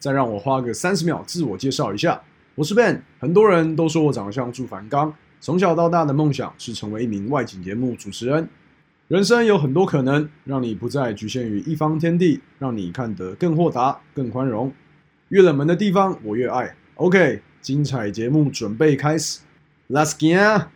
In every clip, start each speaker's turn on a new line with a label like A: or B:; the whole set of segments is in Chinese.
A: 再让我花个三十秒自我介绍一下，我是 Ben。很多人都说我长得像祝凡刚，从小到大的梦想是成为一名外景节目主持人。人生有很多可能，让你不再局限于一方天地，让你看得更豁达、更宽容。越冷门的地方，我越爱。OK，精彩节目准备开始，Let's go！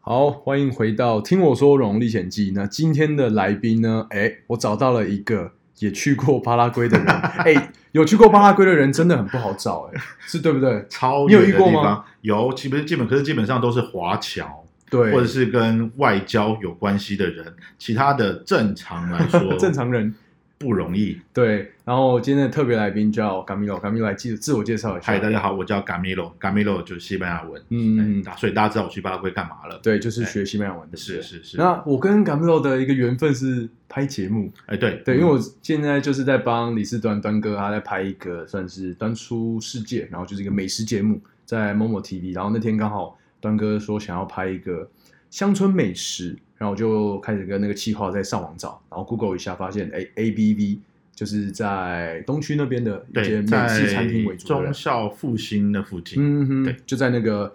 A: 好，欢迎回到《听我说荣历险记》。那今天的来宾呢？哎，我找到了一个也去过巴拉圭的人。 哎，有去过巴拉圭的人真的很不好找，哎，是对不对？
B: 超
A: 你有
B: 远
A: 遇
B: 的
A: 过
B: 地
A: 吗
B: 方？有，基本基本可是基本上都是华侨
A: 对，
B: 或者是跟外交有关系的人，其他的正常来说
A: 正常人。
B: 不容易。
A: 对，然后今天的特别来宾叫 Camilo，Camilo 来自自我介绍一下。
B: 嗨，大家好，我叫 Camilo，Camilo 就是西班牙文，
A: 嗯
B: 嗯，所以大家知道我去巴拉圭干嘛了。
A: 对，就是学西班牙文的。
B: 哎是。是是，
A: 那我跟 Camilo 的一个缘分是拍节目，
B: 哎对
A: 对，因为
B: 嗯
A: 我现在就是在帮李四端端哥，他在拍一个算是端出世界，然后就是一个美食节目，在某某 TV。然后那天刚好端哥说想要拍一个乡村美食，然后我就开始跟那个企划在上网找，然后 Google 一下发现，哎，ABV 就是在东区那边的一
B: 对
A: 间美
B: 哎在
A: 式餐厅为主的
B: 中
A: 人，
B: 校复兴那附近，
A: 嗯哼，
B: 对
A: 就在那个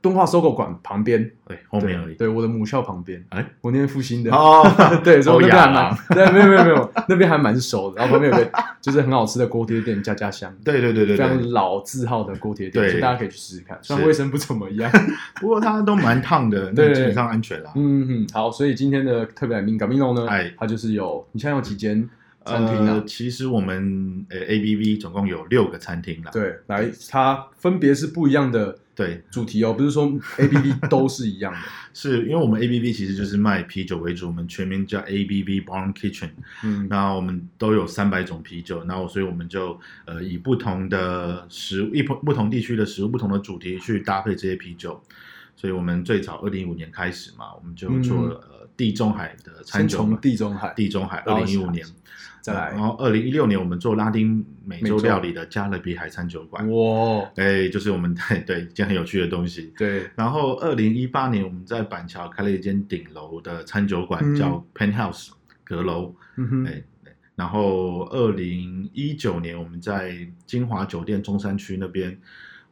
A: 敦化搜狗馆旁边，
B: 对后面而
A: 对，
B: 已。
A: 对，我的母校旁边，
B: 哎，
A: 我念复兴的，，
B: 哦
A: 对，所以我那边还
B: 雅
A: 蛮
B: 啦，
A: 对，没有没有没有，那边还蛮熟的。然后旁边有个就是很好吃的锅贴店，家家香，
B: 对对对
A: 非
B: 对对，
A: 常老字号的锅贴店，
B: 对
A: 所以大家可以去试试看。虽然
B: 是
A: 卫生不怎么样，
B: 不过它都蛮烫的，
A: 对
B: 那基本上安全啦。
A: 嗯哼，好，所以今天的特别来宾 Gamino 呢
B: 哎，
A: 它就是有你现在有几间餐厅
B: 呃
A: 啊？
B: 其实我们呃 ABV 总共有六个餐厅啦。
A: 对，来，它分别是不一样的
B: 对，
A: 主题哦，不是说 A B B 都是一样的。
B: 是因为我们 ABV 其实就是卖啤酒为主，我们全名叫 ABV Barn Kitchen。
A: 嗯，
B: 那我们都有三百种啤酒，然后所以我们就呃以不同的食物、一不不同地区的食物、不同的主题去搭配这些啤酒。所以我们最早二零一五年开始嘛，我们就做
A: 嗯
B: 了、呃地中海的餐
A: 先
B: 酒
A: 从
B: 嘛，嗯哦
A: 地中海，
B: 地中海
A: 然
B: 二
A: 后
B: 零一五年，
A: 再来
B: 然，后二零一六年我们做拉丁美洲
A: 美洲
B: 料理的加勒比海餐酒馆。
A: 哇，
B: 哎，就是我们 对，一件很有趣的东西。
A: 对，
B: 然后，二零一八年我们在板桥开了一间顶楼的餐酒馆，
A: 嗯
B: 叫 Penthouse 阁楼。
A: 嗯哼，
B: 哎，对然后二零一九年我们在金华酒店中山区那边，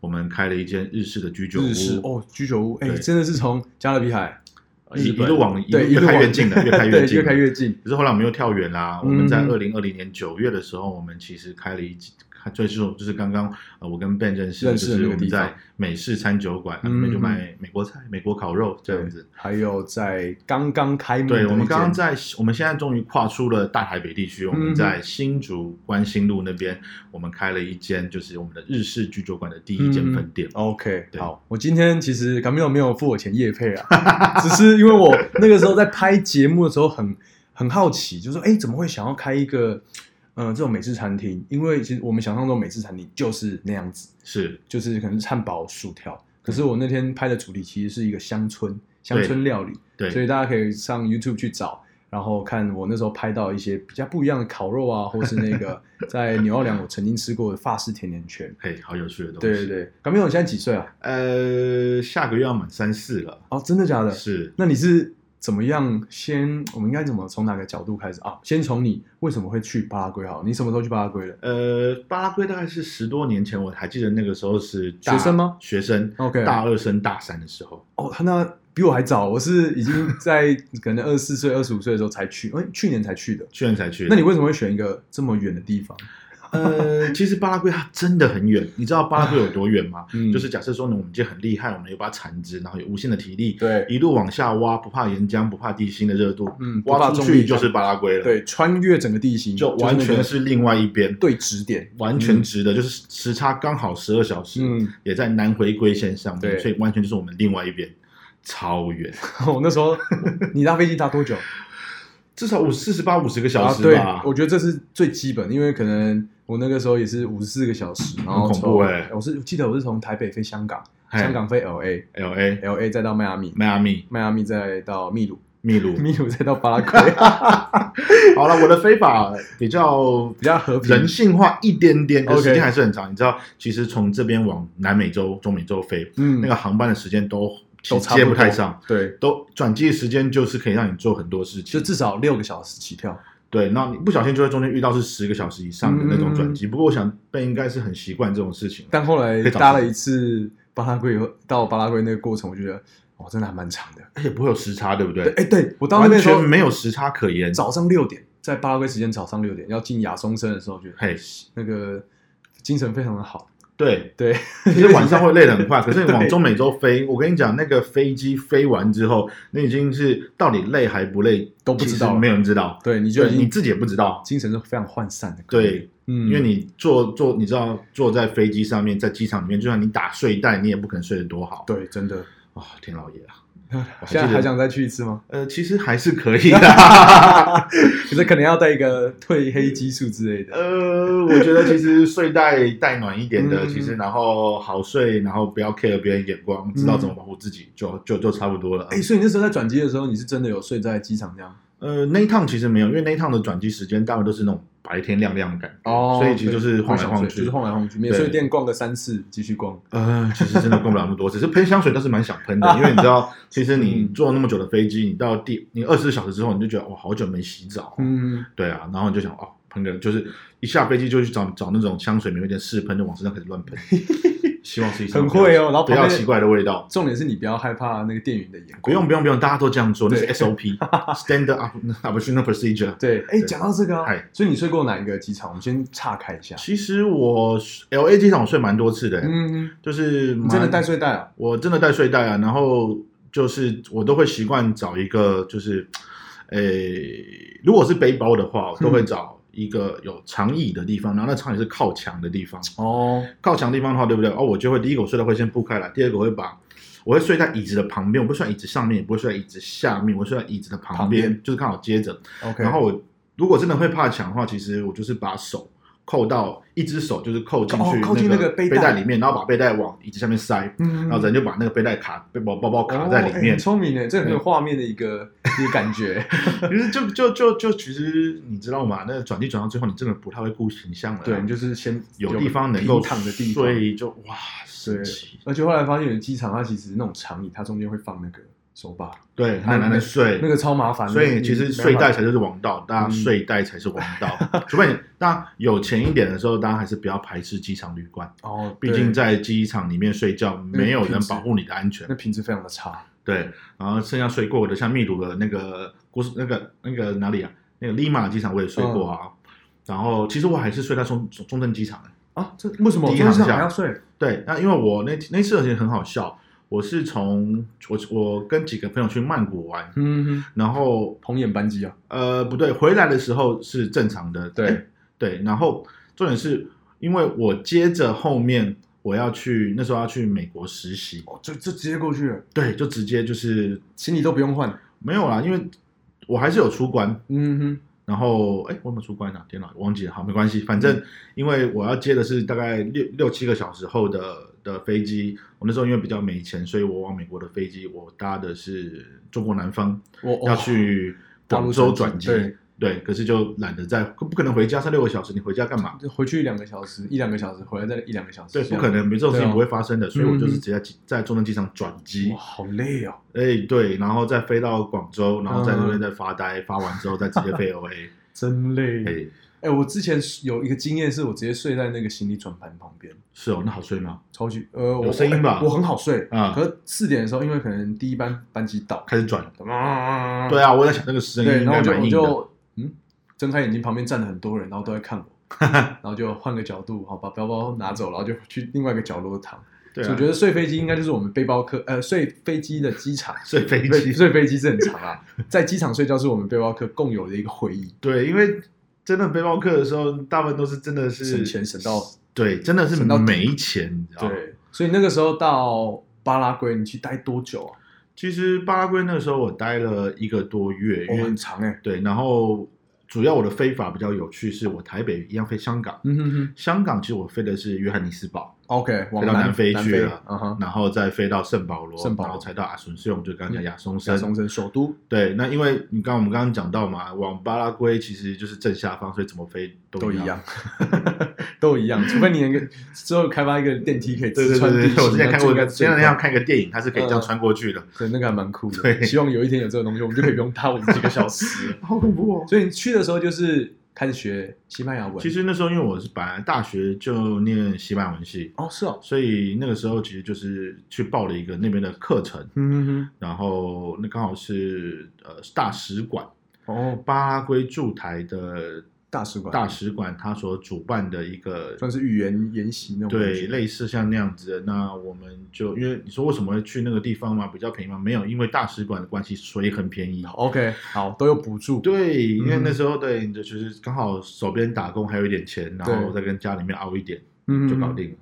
B: 我们开了一间日式的居酒屋，
A: 日式哦，居酒屋，哎、
B: 对哦
A: 真的是从加勒比海
B: 一
A: 日
B: 一
A: 本
B: 路往一路
A: 对一
B: 越
A: 路
B: 开越
A: 往
B: 近了，越开
A: 对
B: 越近，
A: 越开越近。
B: 可是后来我们又跳远啦。我们在
A: 嗯
B: 二零二零年九月的时候，我们其实开了一集，开最是就是刚刚呃我跟 Ben 认识的，
A: 认
B: 就
A: 识的
B: 是
A: 那
B: 我
A: 个地
B: 们
A: 方
B: 在美式餐酒馆，那
A: 嗯
B: 里面就卖美国菜、美国烤肉这样子。
A: 还有在刚刚开幕的一
B: 对，
A: 间，
B: 我们刚刚在，我们现在终于跨出了大台北地区，我
A: 嗯
B: 们在新竹关心路那边，我们开了一间就是我们的日式居酒馆的第一
A: 嗯
B: 间分店。
A: 哦 OK，
B: 对
A: 好，我今天其实 Camilo 没有付我钱夜配啊， 只是因为我那个时候在拍节目的时候很很好奇，就说哎、诶怎么会想要开一个呃这种美式餐厅？因为其实我们想象中美式餐厅就是那样子，
B: 是，
A: 就是可能是汉堡、薯条。可是我那天拍的主题其实是一个乡村乡村料理，
B: 对，
A: 所以大家可以上 YouTube 去找，然后看我那时候拍到一些比较不一样的烤肉 啊，或是那个在纽奥良我曾经吃过的法式甜甜圈。
B: 嘿，好有趣的东西。
A: 对对，对，港明你现在几岁啊？
B: 呃，下个月要满三四了，
A: 哦，真的假的？
B: 是。
A: 那你是怎么样先？我们应该怎么从哪个角度开始啊？先从你为什么会去巴拉圭好？你什么时候去巴拉圭的
B: 呃，巴拉圭大概是十多年前，我还记得那个时候是大
A: 学生吗
B: 学生
A: ？OK，
B: 大二升大三的时候，
A: 哦，他那比我还早，我是已经在可能二十四岁、二十五岁的时候才去，哎，去年才去的。
B: 去年才去。
A: 那你为什么会选一个这么远的地方？
B: 呃，其实巴拉圭它真的很远，你知道巴拉圭有多远吗？
A: 嗯
B: 就是假设说呢，我们今天很厉害，我们有把铲子，然后有无限的体力，
A: 对
B: 一路往下挖，不怕岩浆，不怕地心的热度，
A: 嗯不怕
B: 挖出
A: 重力
B: 去就是巴拉圭了，，
A: 对，穿越整个地形
B: 就完
A: 那个
B: 全是另外一边，
A: 对指点，
B: 完全值得，就是时差刚好十二小时，
A: 嗯，
B: 也在南回归线上
A: 对
B: 面，所以完全就是我们另外一边，超远，
A: 我那时 候你搭飞机搭多久？
B: 至少五四十八五十个小
A: 啊，
B: 时
A: 对
B: 吧，。
A: 我觉得这是最基本，因为可能我那个时候也是五十四个小时，然后
B: 很恐
A: 从
B: 怖欸
A: 我是记得我是从台北飞香港，
B: 嘿
A: 香港飞 L A，L
B: L A、
A: A 再到迈阿密，
B: 迈阿密、
A: 迈阿密再到秘鲁，
B: 秘鲁。
A: 秘鲁再 到巴拉圭，
B: 好了，我的非法比较
A: 比较和平。
B: 人性化一点点，可
A: OK
B: 是时间还是很长。你知道，其实从这边往南美洲、中美洲飞，
A: 嗯，
B: 那个航班的时间都
A: 都
B: 其实
A: 差不
B: 接
A: 多
B: 不太上，
A: 对，
B: 都转机的时间就是可以让你做很多事
A: 就
B: 情。
A: 至少六个小时起跳。
B: 对，那你不小心就会中间遇到是十个小时以上的那种转机。不过我想贝应该是很习惯这种事情。
A: 嗯但后来
B: 可以找
A: 搭
B: 时
A: 了
B: 间
A: 一次巴拉圭以后，到巴拉圭那个过程，我觉得哦，真的还蛮长的。
B: 而且不会有时差，对不对？
A: 对，哎，对我到那
B: 完
A: 边的时候
B: 全没有时差可言。
A: 早上六点，在巴拉圭时间早上六点要进亚松森的时候，觉得
B: 嘿，
A: 那个精神非常的好。
B: 对，
A: 对，
B: 其实晚上会累得很快，可是你往
A: 对
B: 中美洲飞，我跟你讲，那个飞机飞完之后，那已经是到底累还不累
A: 都不知道
B: 其实没有人知道，
A: 对，你就
B: 对
A: 已
B: 你
A: 经
B: 自己也不知道。
A: 精神是非常涣散的。
B: 对，
A: 嗯，
B: 因为你坐坐，你知道坐在飞机上面，在机场里面，就算你打睡袋，你也不可能睡得多好。
A: 对真的，
B: 啊，天老爷啊， 我还记
A: 现在
B: 得
A: 还想再去一次吗？
B: 呃，其实还是可以的。
A: 可是可能要带一个褪黑激素之类 的。
B: 呃，我觉得其实睡袋带暖一点的，
A: 嗯
B: 其实然后好睡，然后不要 care 别人眼光，知道怎么保护自己，就就就差不多了。
A: 嗯哎，所以你那时候在转机的时候，你是真的有睡在机场这样？
B: 呃，那一趟其实没有，因为那一趟的转机时间大部分都是那种白天亮亮的感觉，
A: 哦
B: 所以其实就是晃来晃
A: 就
B: 去
A: 是。晃来晃去，免
B: 对
A: 税店逛个三次，继续逛。
B: 呃，其实真的逛不了那么多，只是喷香水倒是蛮想喷的，因为你知 道，其实你
A: 嗯
B: 坐那么久的飞机，你到第你二十四小时之后，你就觉得哇，好久没洗澡哦，
A: 嗯，
B: 对啊，然后你就想哦，喷个就是一下飞机就去找找那种香水，没有一点试喷，就往身上开始 乱喷，希望是一
A: 很会哦然后
B: 不
A: 旁
B: 要
A: 边
B: 奇怪的味道。
A: 重点是你不要害怕那个店员的眼光。
B: 不用不用不用，大家都这样做，那是
A: 对
B: SOP Standard Up Operational Procedure。
A: 对，哎，
B: 对
A: 讲到这个啊
B: 嗨，
A: 所以你睡过哪一个机场？我们先岔开一下。
B: 其实我 L A 机场我睡蛮多次的，欸
A: 嗯，
B: 就是
A: 你真的
B: 蛮
A: 带睡袋啊？
B: 我真的带睡袋啊，然后就是我都会习惯找一个就是，诶、如果是背包的话，我都会
A: 嗯
B: 找一个有长椅的地方，然后那长椅是靠墙的地方。
A: 哦，
B: 靠墙地方的话，对不对？哦，我就会第一个我睡袋会先铺开来，第二个我会把我会睡在椅子的旁边，我不会睡在椅子上面，也不会睡在椅子下面，我会睡在椅子的旁边，
A: 旁边
B: 就是刚好接着。
A: OK，
B: 然后我如果真的会怕墙的话，其实我就是把手扣到一只手就是扣进
A: 哦
B: 去
A: 扣进那个背
B: 背
A: 带
B: 带里面，然后把背带往椅子下面塞，
A: 嗯，
B: 然后人就把那个背带卡背包包包卡在里
A: 哦哎
B: 面
A: 很。聪明哎，这很有画面的一个一个感 觉。
B: 其实就就就就其实你知道吗？那转机转到最后，你真的不太会顾形象了啊。
A: 对，你就是先
B: 有
A: 个
B: 地方能够
A: 平躺的地方。
B: 睡就哇神奇。
A: 而且后来发现，有的机场它其实那种长椅，它中间会放那个手把，
B: 对，很难
A: 那
B: 难睡
A: 那个超麻烦的。
B: 所以其
A: 你
B: 实
A: 没办法
B: 睡袋才就是王道，大家
A: 嗯
B: 睡袋才是王道。除非你大家有钱一点的时候，大家还是不要排斥机场旅馆，
A: 哦，
B: 毕竟
A: 对嗯
B: 在机场里面睡觉，没有人保护你的安全
A: 那。品质非常的差。
B: 对，然后剩下睡过的，像秘鲁的那个古斯那个那个哪里啊？那个利马机场我也睡过啊。
A: 嗯
B: 然后其实我还是睡在中中中正机场的。
A: 啊，这为什么中
B: 第一
A: 间
B: 航
A: 机场
B: 向
A: 还要睡？
B: 对，那因为我那那次其实很好笑，我是从我我跟几个朋友去曼谷玩，
A: 嗯，
B: 然后
A: 红眼班机啊，
B: 呃，不对，回来的时候是正常的，
A: 对
B: 诶对。然后重点是因为我接着后面我要去，那时候要去美国实习，
A: 哦，就就直接过去了，
B: 对，就直接就是
A: 行李都不用换。
B: 没有啦，因为我还是有出关。
A: 嗯哼，
B: 然后，哎，我有没有出关啊？天哪，忘记了。好，没关系，反正因为我要接的是大概六六七个小时后的的飞机。我那时候因为比较没钱，所以我往美国的飞机，我搭的是中国南方，
A: 我
B: 要去
A: 大陆
B: 广州
A: 转
B: 转
A: 机
B: 机。
A: 对
B: 对，可是就懒得在，不可能回家三六个小时，你回家干嘛？
A: 哦回去一两个小时，一两个小时，回来再一两个小时，
B: 对，
A: 这
B: 不
A: 样
B: 可。能，这种事
A: 对啊
B: 情不会发生的，所以我就
A: 嗯
B: 是直接在中正机场转机
A: 哇，，好累哦。
B: 哎，对，然后再飞到广州，然后在那
A: 嗯
B: 边再发呆，发完之后再直接飞 O A，
A: 真累！哎、
B: 哎，
A: 我之前有一个经验，是我直接睡在那个行李转盘旁边，
B: 是哦，那好睡吗？
A: 超级呃，我
B: 有声音吧
A: 我很好睡
B: 啊
A: 可是四点的时候，因为可能第一班班机到，
B: 开始转，
A: 啊
B: 对啊，我在想那个声
A: 对，
B: 音应
A: 然后
B: 该
A: 我就
B: 蛮
A: 我
B: 硬的，
A: 就嗯，睁开眼睛旁边站了很多人，然后都在看我， 然后就换个角度，好把包包拿走，然后就去另外一个角落躺。
B: 对
A: 所以
B: 啊
A: 我，觉得睡飞机应该就是我们背包客，呃，睡飞机的机场，
B: 睡飞
A: 对，
B: 机，
A: 睡飞机是很长啊，在机场睡觉是我们背包客共有的一个回忆，
B: 对，因为真的背包客的时候，大部分都是真的是
A: 省钱省到
B: 对，真的是啊
A: 省到底
B: 没钱，你知道吗？
A: 对，所以那个时候到巴拉圭，你去待多久啊？
B: 其实巴拉圭那时候我待了一个多月，
A: 我
B: 因为
A: 很长哎、
B: 对，然后主要我的飞法比较有趣，是我台北一样飞香港，
A: 嗯哼哼
B: 香港其实我飞的是约翰尼斯堡，
A: ，OK，往
B: 飞到南
A: 飞
B: 非去啊了
A: 嗯哼，
B: 然后再飞到圣保罗，
A: 圣保罗
B: 然后才到阿sunción，就刚刚讲亚松
A: 亚
B: 森。
A: 松森首都，
B: 对，那因为你刚我们刚刚讲到嘛，往巴拉圭其实就是正下方，所以怎么飞
A: 都
B: 都
A: 一样
B: 样。，
A: 都一样， 除非你能够之后开发一个电梯可以
B: 对
A: 直
B: 对
A: 穿地
B: 对
A: 形，啊
B: 对，我之前看过一啊个，前两天
A: 那
B: 要看一个电影，它是可以这样
A: 嗯
B: 穿过去的，
A: 对，那个还蛮酷的。
B: 对。
A: 希望有一天有这个东西，我们就可以不用搭我们几个小时了
B: 好恐怖哦！
A: 所以你去的时候就是开始学西班牙文，
B: 其实那时候因为我是本来大学就念西班牙文系，
A: 哦是哦，
B: 所以那个时候其实就是去报了一个那边的课程，
A: 嗯
B: 然后那刚好是呃大使馆，
A: 哼哼，哦
B: 巴拉圭驻台的
A: 大使馆
B: 大使馆他所主办的一个
A: 算是语言研习那种感
B: 对
A: 觉，
B: 类似像那样子的。那我们就因为你说为什么会去那个地方吗？比较便宜吗？没有，因为大使馆的关系，所以很便宜。
A: OK 好都有补助，
B: 对，因为
A: 嗯
B: 那时候对，就就是刚好手边打工还有一点钱，然后
A: 对
B: 再跟家里面熬一点
A: 嗯
B: 就搞。定了。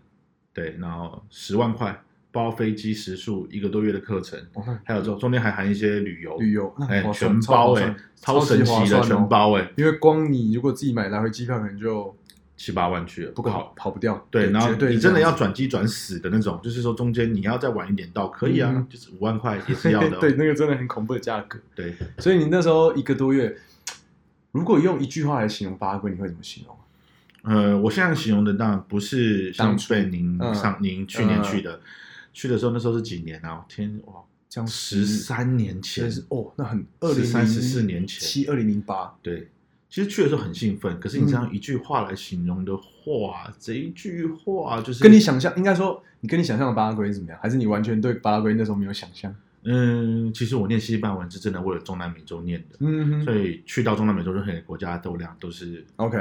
B: 对，然后十万块包飞机时速一个多月的课程，
A: 哦那
B: 还有中中间还含一些旅游，
A: 旅游那很
B: 哎、
A: 划算
B: 全包
A: 超划
B: 哎、
A: 算
B: 超神
A: 超级划
B: 奇
A: 算
B: 的
A: 哦
B: 全包哎、
A: 因为光你如果自己买来回机票，可能就
B: 七八万去了，不
A: 不好
B: 好。
A: 跑不掉。
B: 对，然后
A: 绝对
B: 你
A: 是
B: 真的
A: 这样
B: 要
A: 子
B: 转机转死的那种，就是说中间你要再晚一点到，可以啊，
A: 嗯
B: 就是五万块也 是要的哦。
A: 对，那个真的很恐怖的价格。
B: 对，
A: 所以你那时候一个多月，如果用一句话来形容巴拉圭，你会怎么形容？啊
B: 呃，我现在形容的当然不是像
A: 当初
B: 被您
A: 嗯
B: 上您去年
A: 嗯
B: 去的，去的时候那时候是几年啊？天哇，
A: 这样
B: 十三年前
A: 真是哦，那很二零
B: 13 14年前
A: 七二零零八，
B: 对，其实去的时候很兴奋，可是
A: 嗯
B: 你这样一句话来形容的话，这一句话就是
A: 跟你想象应该说，你跟你想象的巴拉圭是怎么样？还是你完全对巴拉圭那时候没有想象？
B: 嗯，其实我念西班牙文是真的为了中南美洲念的，
A: 嗯
B: 所以去到中南美洲任何一个国家都量都是
A: OK，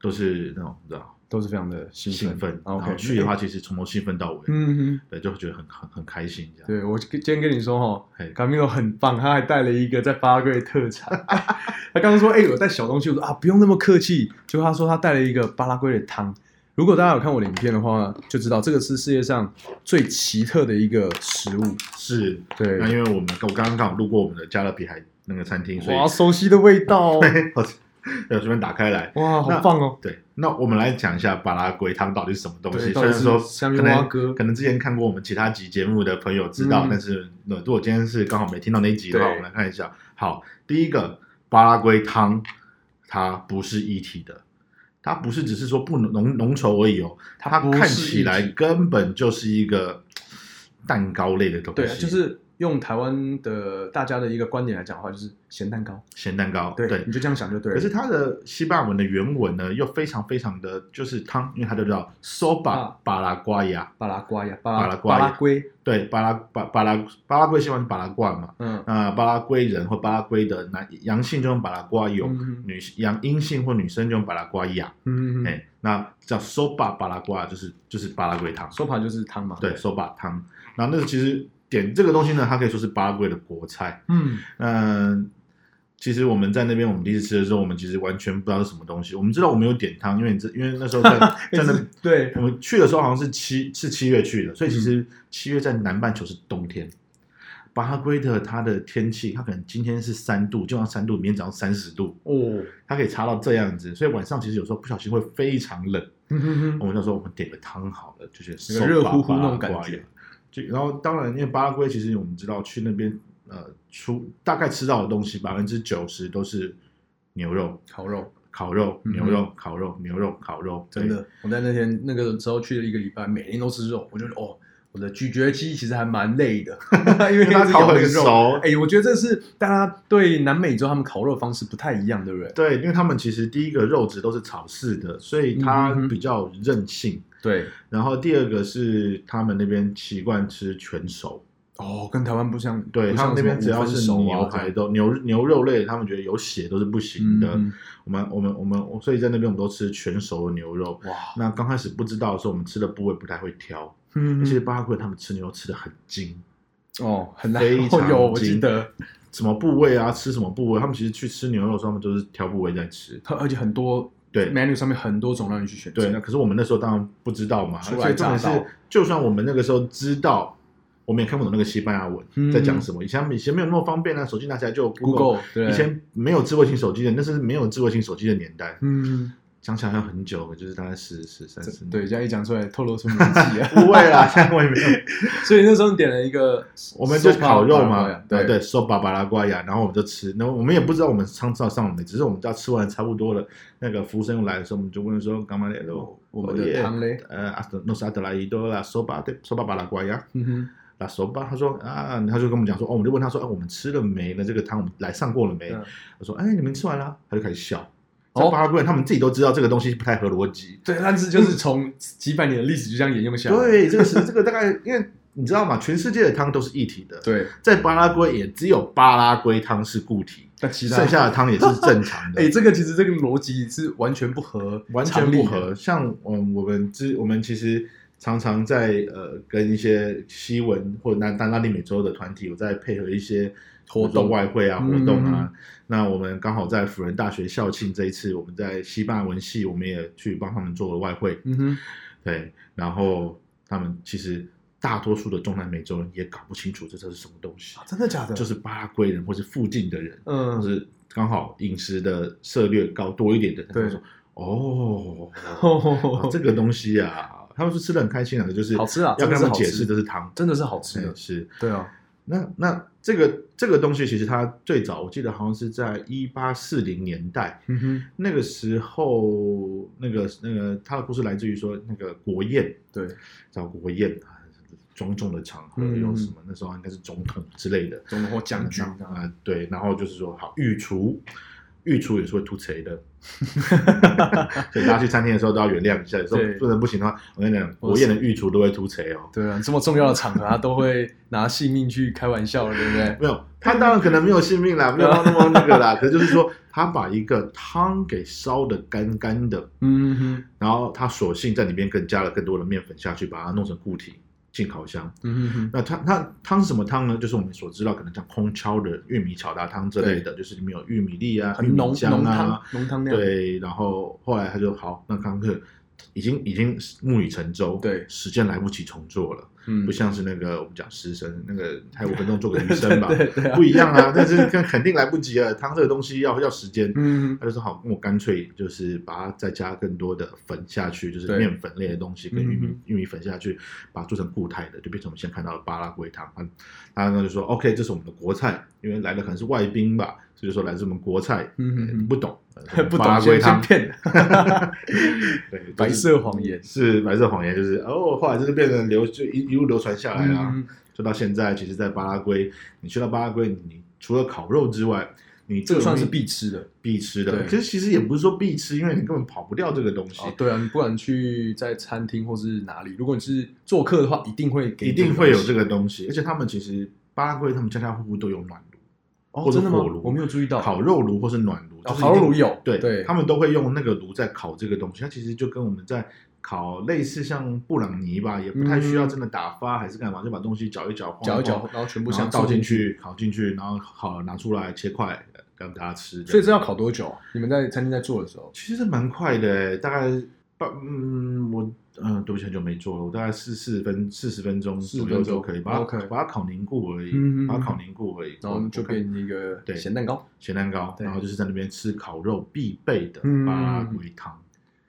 B: 都是那种你知道
A: 都是非常的兴
B: 兴奋，然后
A: OK，哎
B: 去的话其实从头兴奋到尾，
A: 嗯
B: 对，就会觉得很很很开心这
A: 哼，
B: 样。
A: 对我今天跟你说哈，
B: 嘿
A: 卡米罗很棒，他还带了一个在巴拉圭的特产。 他刚刚说：“哎、我带小东西。”我说：“啊，不用那么客气。”结果他说他带了一个巴拉圭的汤。如果大家有看我的影片的话，就知道这个是世界上最奇特的一个食物。
B: 是，
A: 对，
B: 那因为我们我刚刚刚好路过我们的加勒比海那个餐厅，所以
A: 哇，熟悉的味道、哦，
B: 好，对，随便打开来。
A: 哇，好
B: 那
A: 棒哦！
B: 对，那我们来讲一下巴拉圭汤到底是什么东
A: 对
B: 西。
A: 到
B: 虽
A: 底
B: 然
A: 是
B: 说
A: 虾米
B: 可
A: 蛙
B: 能
A: 哥
B: 可能之前看过我们其他集节目的朋友知道，
A: 嗯
B: 但是呃如果今天是刚好没听到那一集的话，
A: 对
B: 我们来看一下。好，第一个巴拉圭汤，它不是一体的。它不是只是说不浓浓浓稠而已哦，它
A: 不是
B: 看起来
A: 一体
B: 根本就是一个蛋糕类的东西，
A: 对，啊就是用台湾的大家的一个观点来讲的话，就是咸蛋糕。
B: 咸蛋糕。
A: 对，你就这样想就对了。
B: 可是它的西班牙文的原文呢，又非常非常的就是汤，因为它就叫 soba
A: 啊
B: 巴拉瓜呀，
A: 巴拉圭呀，巴
B: 巴拉
A: 拉
B: 圭呀
A: 巴拉圭，
B: 对，巴拉巴巴拉巴拉圭西文是巴拉罐嘛，
A: 嗯，
B: 那巴拉圭人或巴拉圭的男阳性就用巴拉瓜有，
A: 嗯
B: 女阳阴性或女生就用巴拉瓜呀，
A: 嗯嗯，
B: 哎、那叫 soba 巴拉瓜就是就是巴拉圭汤，
A: 说法就是汤嘛。
B: 对，，soba 汤，然后那个其实点这个东西呢，它可以说是巴拉圭的国菜，
A: 嗯，
B: 嗯，其实我们在那边，我们第一次吃的时候，我们其实完全不知道是什么东西。我们知道我们有点汤，因为你知，因为那时 候在在
A: 但
B: 那
A: 是，对
B: 我们去的时候好像是七是七月去的，所以
A: 嗯
B: 其实七月在南半球是冬天。巴拉圭的它的天气，它可能今天是三度，就像三度，明天早上三十度，
A: 哦，
B: 它可以差到这样子，所以晚上其实有时候不小心会非常冷。
A: 嗯哼哼
B: 我们就说我们点个汤好了，就是
A: 那个热乎乎那种感觉
B: 手把巴拉瓜一样。就然后当然，因为巴拉圭其实我们知道去那边呃出大概吃到的东西百分之九十都是牛肉、
A: 烤肉，
B: 烤肉、
A: 嗯
B: 牛肉、烤肉、牛肉、烤肉，
A: 真的，我在那天那个时候去了一个礼拜，每天都吃肉，我就觉得哦，我的咀嚼肌其实还蛮累的， 因为
B: 对，因为它
A: 一直
B: 烤
A: 咬那
B: 很
A: 个肉。
B: 熟。
A: 哎、我觉得这是大家对南美洲他们烤肉方式不太一样，对不对？
B: 对，因为他们其实第一个肉质都是草饲的，所以
A: 嗯
B: 它
A: 哼哼
B: 比较韧性。
A: 对，
B: 然后第二个是他们那边习惯吃全熟，
A: 哦，跟台湾不像，
B: 对
A: 不
B: 他
A: 像
B: 们那边只要是
A: 什么五分熟
B: 牛
A: 啊
B: 排都牛牛肉类，他们觉得有血都是不
A: 这样
B: 行的。
A: 嗯
B: 我们我们我们，所以在那边我们都吃全熟的牛肉。
A: 嗯哇，
B: 那刚开始不知道的时候，我们吃的部位不太会挑。
A: 嗯
B: 其实巴拉圭他们吃牛肉吃的很精，
A: 哦，很难，
B: 非常
A: 哦 有我记
B: 精
A: 得，
B: 什么部位啊，吃什么部位，他们其实去吃牛肉的时候，他们都是挑部位在吃。
A: 它而且很多
B: 对
A: menu 上面很多种让你去选择，
B: 对，那可是我们那时候当然不知道嘛，
A: 初
B: 所
A: 来
B: 以重点
A: 乍到
B: 是，就算我们那个时候知道，我们也看不懂那个西班牙文、
A: 嗯
B: 在讲什么。以前以前没有那么方便啊，手机拿起来就有
A: Google 对
B: 以前没有智慧型手机的，那是没有智慧型手机的年代，
A: 嗯，
B: 讲起来要很久，就是大概十十三
A: 这
B: 十年。，
A: 对，这样一讲出来透露出年纪啊
B: 不会啦，现在我也没有。
A: 所以那时候你点了一个，
B: 我们就烤肉嘛，
A: 对
B: 对对，说巴巴拉瓜呀，然后我们就吃，然后我们也不知道我们上上上了没，只是我们知道吃完差不多了，那个服务生又来的时候，我们就问说干嘛来了？
A: 我们的汤嘞，
B: 呃，阿德诺斯阿德莱伊多啦，说巴对，说巴巴拉瓜呀，
A: 嗯哼，
B: 拉说巴，他说啊，他就跟我们讲说，哦，我们就问他说，哎，我们吃了没呢？这个汤我们来上过了没？
A: 嗯
B: 他说，哎，你们吃完了？他就开始笑。
A: 哦
B: 在巴拉圭人他们自己都知道这个东西不太合逻辑，
A: 对，但是就是从几百年的历史就这样沿用下来，
B: 对，这个是这个大概，因为你知道吗？全世界的汤都是一体的，
A: 对，
B: 在巴拉圭也只有巴拉圭汤是固体，
A: 那其他
B: 剩下的汤也是正常的，
A: 哎、这个其实这个逻辑是完全不合，
B: 完全不。合。像嗯，我们之我们其实常常在呃跟一些西文或者南南拉丁美洲的团体，有在配合一些
A: 活动
B: 外汇啊、活
A: 嗯
B: 动啊。那我们刚好在辅仁大学校庆这一次，我们在西班牙文系，我们也去帮他们做了外汇，
A: 嗯哼，
B: 对，然后他们其实。大多数的中南美洲人也搞不清楚这这是什么东西，
A: 啊真的假的？
B: 就是巴拉圭人或是附近的人，或
A: 嗯，
B: 是刚好饮食的涉略高多一点的人，他
A: 对
B: 们说哦、 啊
A: 哦
B: 这个东西啊，他们是吃的很开心啊，就是
A: 好吃啊
B: 要跟
A: 真的
B: 他
A: 是
B: 们
A: 好吃
B: 解释这是糖，
A: 真的是好吃
B: 对
A: 的。
B: 是。
A: 对啊，
B: 那那这个这个东西其实它最早我记得好像是在一八四零年代，
A: 嗯哼，
B: 那个时候那个那个他的故事来自于说那个国宴，
A: 对，
B: 叫国宴啊，庄重的场合
A: 嗯
B: 用什么？那时候应该是总统之类的，
A: 总统或将军
B: 啊、呃对，然后就是说好御厨，御厨也是会吐贼的， 所以大家去餐厅的时候都要原谅一下，有时
A: 对
B: 候做的不行的话，我跟你讲，国宴的御厨都会吐贼哦。
A: 对啊，这么重要的场合，他都会拿性命去开玩笑了，对不对？
B: 没有，他当然可能没有性 命啦，没有到那么那个啦，可是就是说他把一个汤给烧的干干的，
A: 嗯哼，
B: 然后他索性在里面更加了更多的面粉下去，把它弄成固体进烤箱。
A: 嗯哼，
B: 那它它汤是什么汤呢？就是我们所知道，可能像空敲的玉米炒达汤之类的，就是里面有玉米粒啊、玉
A: 很浓
B: 米
A: 浓
B: 浆
A: 汤
B: 啊，，
A: 浓汤那样。
B: 对。然后后来他就好，那康克已经已经木已成舟，
A: 对
B: 时间来不及重做了，
A: 嗯
B: 不像是那个我们讲师生那个还有五分钟 做个医生吧，
A: 对对啊
B: 不一样啊。但是肯 肯定来不及了，汤这个东西要要时间。
A: 嗯，
B: 他就说好，那我干脆就是把它再加更多的粉下去，就是
A: 对
B: 面粉类的东西跟玉米、
A: 嗯
B: 玉米粉下去，把它做成固态的，就变成我们现在看到的巴拉圭汤。他他呢就说 OK，这是我们的国菜，因为来的可能是外宾吧，所以就说来自我们国菜，
A: 嗯嗯嗯
B: 呃不懂，呃
A: 不
B: 巴
A: 懂
B: 拉
A: 先
B: 圭
A: 先
B: 汤，
A: 骗，
B: 对，就是
A: 白色谎言
B: 是白色谎言，就是哦，后来就是变成流就一一路流传下来啊，
A: 嗯
B: 就到现在，其实，在巴拉圭，你去到巴拉圭，你你除了烤肉之外，你
A: 这个算是
B: 必。
A: 必吃的。
B: 必吃
A: 对
B: 的。可是其实也不是说必吃，因为你根本跑不掉这个东西，
A: 哦，对啊，你不管去在餐厅或是哪里，如果你是做客的话，一定会给，
B: 一定会有这。个东西。而且他们其实巴拉圭他们家家户户都有暖炉，
A: 哦，
B: 或者
A: 真的吗
B: 火炉？
A: 我没有注意到。
B: 烤肉炉或是暖炉，
A: 哦
B: 就是一定
A: 烤肉炉有，
B: 对
A: 对，
B: 他们都会用那个炉在烤这个东西。它其实就跟我们在。烤类似像布朗尼吧，也不太需要真的打发、还是干嘛，就把东西搅一搅，晃一
A: 搅
B: 晃
A: 一搅，，然后全部
B: 哦然后
A: 像
B: 倒进。去，烤进去，然后好拿出来切块，呃让大家吃。
A: 所以这要烤多久啊？你们在餐厅在做的时候，
B: 其实蛮快的欸，大概半嗯，我嗯，对不起，很久没做了，我大概四四分四十分钟
A: 40
B: 左右
A: 分钟
B: 就可以把它
A: OK
B: 把它烤凝固而已，
A: 嗯嗯嗯
B: 把它烤凝固而已，
A: 然后就
B: 可以
A: 变一个
B: 对
A: 咸蛋糕。
B: 咸蛋糕，
A: 对
B: 然后就是在那边吃烤肉必备的
A: 嗯
B: 巴拉圭汤，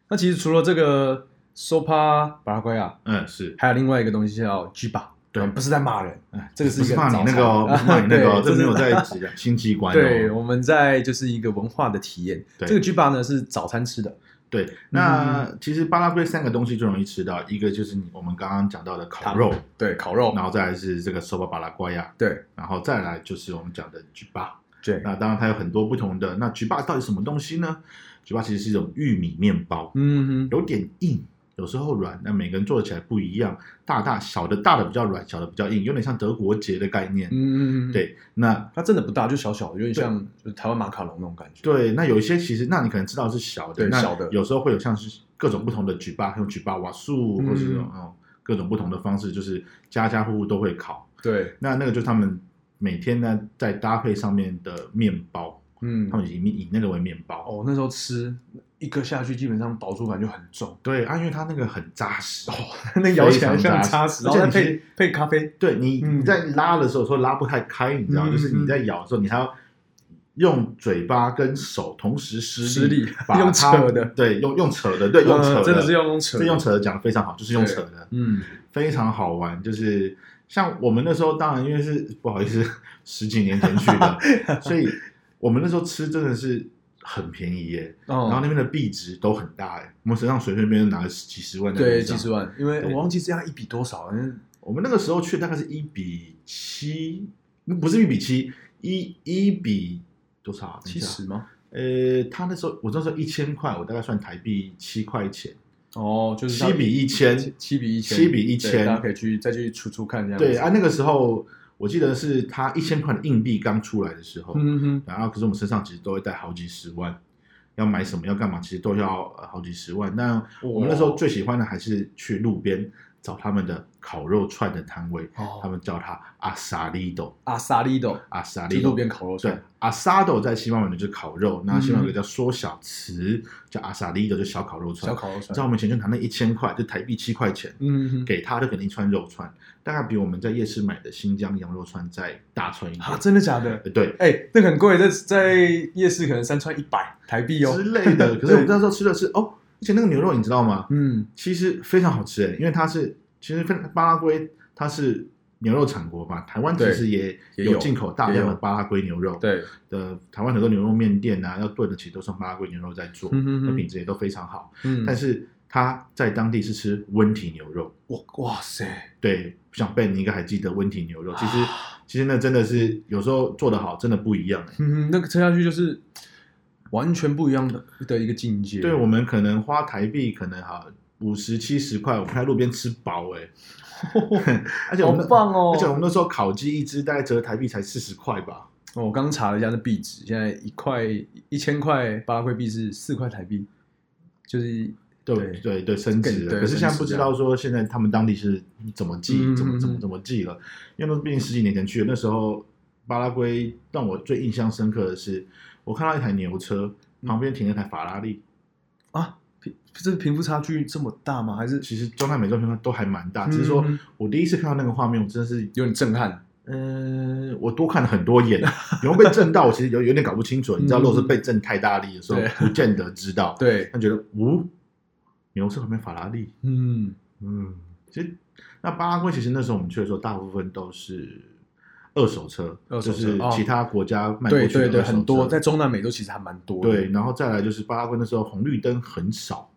A: 那其实除了这个 sopa 巴拉圭啊，
B: 嗯，是，
A: 还有另外一个东西叫 giba，
B: 对
A: 嗯不是在骂人，
B: 哎，
A: 这个是
B: 不
A: 一个
B: 是骂你
A: 早餐
B: 那个哦，不是骂你那个 哦，
A: 对
B: 这没有在
A: 这
B: 讲新机关哦，
A: 对，我们在就是一个文化的体验。
B: 对
A: 这个 giba 呢是早餐吃的，
B: 对，
A: 嗯
B: 那其实巴拉圭三个东西最容易吃到，一个就是你我们刚刚讲到的烤
A: 汤
B: 肉，
A: 对，烤肉
B: 然，后再来是这个 soba 巴拉圭呀，
A: 嗯对
B: 然后再来就是我们讲的 g 巴。
A: 对，
B: 那当然它有很多不同的。那菊巴到底什么东西呢？菊巴其实是一种玉米面包，
A: 嗯哼，
B: 有点硬，有时候软，那每个人做起来不一样，大大小的大的比较软，小的比较硬，有点像德国结的概念。
A: 嗯嗯嗯，嗯，
B: 对，那
A: 它真的不大，就小小的，有点像就是台湾马卡龙那种感觉。
B: 对，那有一些其实，那你可能知道是小的，
A: 对
B: 那
A: 小的
B: 有时候会有像是各种不同的举巴，还有举巴瓦数，
A: 嗯
B: 或是这种哦各种不同的方式，就是家家户户都会烤。
A: 对，
B: 那那个就是他们每天呢在搭配上面的面包，
A: 嗯
B: 他，们以以那个为面包。
A: 哦，那时候吃一颗下去，基本上饱足感就很 重。
B: 对啊，因为它那个很扎实。
A: 哦，那咬起来
B: 非
A: 像
B: 常
A: 扎
B: 扎
A: 实，
B: 实
A: 然后再
B: 而且你
A: 配配咖啡。
B: 对你
A: 嗯
B: 你在拉的时候，说拉不太开，你知道，
A: 嗯
B: 就是你在咬的时候，你还要用嘴巴跟手同时
A: 施
B: 施
A: 力
B: 把它
A: 用扯的
B: 对，用用扯的，对，用扯的，
A: 嗯真的是要用扯的
B: 这用扯的讲的非常好，就是用扯的，
A: 嗯，
B: 非常好玩，就是。像我们那时候，当然因为是不好意思，十几年前去的，所以我们那时候吃真的是很便宜耶。
A: 哦
B: 然后那边的币值都很大耶，我们身上随随便便就拿了几十万在
A: 对
B: 身
A: 几
B: 上。
A: 十万，因为
B: 对
A: 我忘记这样一比多少，嗯，
B: 我们那个时候去大概是一比七，不是一比七，一一比多少啊？等一
A: 七
B: 下
A: 十。吗？
B: 呃，他那时候我那时候一千块，我大概算台币七块钱，
A: 哦，就是
B: 七比一千。
A: 七比一千，
B: 七比一
A: 对
B: 千
A: 大家可以去再去出出看这样子。
B: 对啊，那个时候我记得是他一千块的硬币刚出来的时候，
A: 嗯哼，
B: 然后可是我们身上其实都会带好几十万，要买什么要干嘛，其实都要呃好几十万。那我们那时候最喜欢的还是去路边找他们的烤肉串的摊位，他
A: 哦，
B: 们叫它阿萨利斗。
A: 阿萨利豆，
B: 阿萨
A: 就
B: 利
A: 路
B: 斗
A: 边烤肉
B: 对
A: 串，，
B: 阿萨斗在西班牙文就是烤肉，那西班牙
A: 嗯
B: 有个叫缩小词，叫阿萨利斗，就是小烤肉
A: 小
B: 串。
A: 烤肉
B: 你知道
A: 串，
B: 我们以前就拿那一千块，就台币七块钱，
A: 嗯哼，
B: 给他就给定一串肉串，大概比我们在夜市买的新疆羊肉串再大串一点
A: 啊，。真的假的？
B: 呃对。
A: 哎，那个很贵，在在夜市可能三串一百台币哦
B: 之。类的， 可是我们那时候吃的是哦，而且那个牛肉你知道吗？
A: 嗯，
B: 其实非常好吃欸诶，因为它是其实跟巴拉圭它是牛肉产国嘛，台湾其
A: 对
B: 实也
A: 也有
B: 有进口大量
A: 也
B: 的
A: 有
B: 巴拉圭牛肉，
A: 对，
B: 的台湾很多牛肉面店啊，要炖的其实都是用巴拉圭牛肉在做，
A: 嗯哼
B: 那
A: 哼
B: 品质也都非常好。
A: 嗯，
B: 但是他在当地是吃温体牛肉，
A: 哇哇塞，
B: 对，想 Ben 你应该还记得温体牛肉，其
A: 啊
B: 实其实那真的是有时候做得好，真的不一样、欸。
A: 嗯，那个吃下去就是完全不一样的的一个境界。
B: 对我们可能花台币可能哈五十七十块，我们在路边吃饱 哎、欸， 而且我
A: 好
B: 们那、
A: 棒哦！
B: 而且我们那时候烤鸡一只大概折台币才四十块吧，
A: 哦我刚查了一下那币值，现在一块一千块巴拉圭币是四块台币，就是
B: 对
A: 对
B: 对对，升值
A: 对
B: 了。可是现
A: 升值
B: 在不知道说现在他们当地是怎么记、
A: 嗯
B: 怎么怎
A: 嗯嗯
B: 么怎么记了，因为那毕竟十几年前去的，那时候巴拉圭让我最印象深刻的是，我看到一台牛车
A: 嗯
B: 旁边停了一台法拉利，
A: 啊，贫这贫富差距这么大吗？还是
B: 其实状态每种情况都还蛮大，
A: 嗯
B: 只是说
A: 嗯
B: 我第一次看到那个画面，我真的是。
A: 有点震撼？
B: 嗯、我多看了很多眼，有没有被震到？我其实有有点搞不清楚。你知道，
A: 嗯
B: 如果是被震太大力的时候
A: 对，
B: 不见得知道。，
A: 对，
B: 但觉得，呜、牛车旁边法拉利，
A: 嗯，
B: 嗯，其实那巴拉圭其实那时候我们去的时候，大部分都是二手车，
A: 二手车
B: 就是
A: 哦
B: 其他国家卖过
A: 对
B: 去的
A: 对对，
B: 二手车
A: 很多在中南美洲其实还蛮多的。
B: 对，然后再来就是巴拉圭那时候红绿灯很少，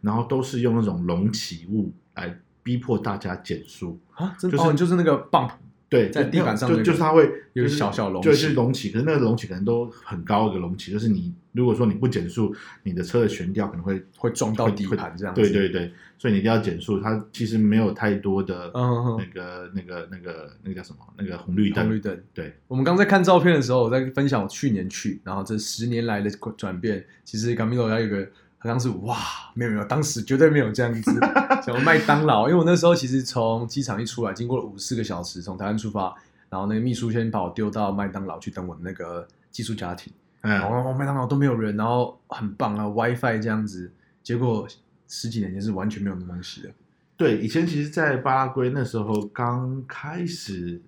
B: 然后都是用那种隆起物来逼迫大家减速。
A: 啊，真
B: 就是
A: 哦，就是那个 bump，
B: 对，
A: 在地板上
B: 就
A: 那个
B: 就是它会
A: 有
B: 就是
A: 小小隆起
B: 就是隆起，可是那个隆起可能都很高的一个隆起，就是你如果说你不减速，你的车的悬吊可能会
A: 会撞到
B: 会
A: 底
B: 会
A: 盘这样子。
B: 对对对，所以你一定要减速。它其实没有太多的
A: 嗯，嗯
B: 那
A: 嗯，
B: 个、那个、那个、那个叫什么？那个红绿灯。
A: 红绿灯。
B: 对，
A: 我们刚在看照片的时候，我在分享我去年去，然后这十年来的转变，其实 Camilo 他有一个好像是哇，没有没有，当时绝对没有这样子， 想要麦当劳，因为我那时候其实从机场一出来，经过了五四个小时，从台湾出发，然后那个秘书先把我丢到麦当劳去等我的那个寄宿家庭，然
B: 嗯，
A: 后哦麦当劳都没有人，然后很棒啊，WiFi 这样子，结果十几年前是完全没有那东西的，
B: 对，以前其实，在巴拉圭那时候刚开始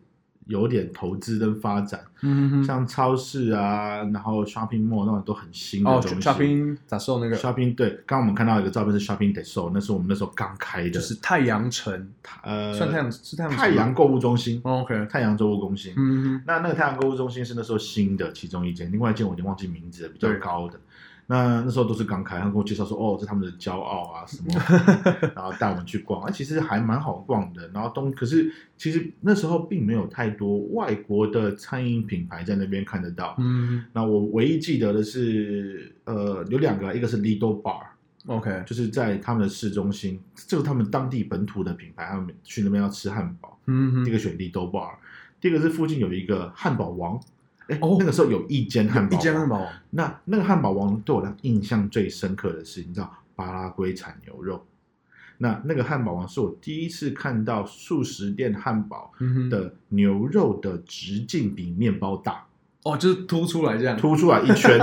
B: 有点投资跟发展，
A: 嗯
B: 像超市啊，然后 shopping mall 那种都很新的
A: 哦
B: 东西。
A: ，shopping 咋说那个
B: shopping 对，刚刚我们看到一个照片是 shopping d e s o 那是我们那时候刚开的，
A: 就是太阳城，
B: 呃
A: 算太阳是太阳城吗
B: 太阳购物中心，
A: 哦，OK，
B: 太阳购物中心。
A: 嗯
B: 那那个太阳购物中心是那时候新的其中一间，另外一间我已经忘记名字了，比较
A: 对
B: 高的。那那时候都是刚开，他跟我介绍说，哦，这是他们的骄傲啊 什么，然后带我们去逛，啊，其实还蛮好逛的。然后东，可是其实那时候并没有太多外国的餐饮品牌在那边看得到。
A: 嗯。
B: 那我唯一记得的是，呃，有两个，一个是 Lido Bar，
A: OK，
B: 就是在他们的市中心，这是他们当地本土的品牌，他们去那边要吃汉堡。
A: 嗯
B: 第
A: 哼，
B: 一个选 Lido Bar，第二个是附近有一个汉堡王，哎、
A: 哦
B: 那个时候有一间汉
A: 一
B: 堡，
A: 间汉。堡
B: 那那个汉堡王对我来讲印象最深刻的是，你知道巴拉圭产牛肉。那那个汉堡王是我第一次看到素食店汉堡
A: 嗯哼
B: 的牛肉的直径比面包大，
A: 哦，就是凸出来这样，
B: 凸出来一 圈，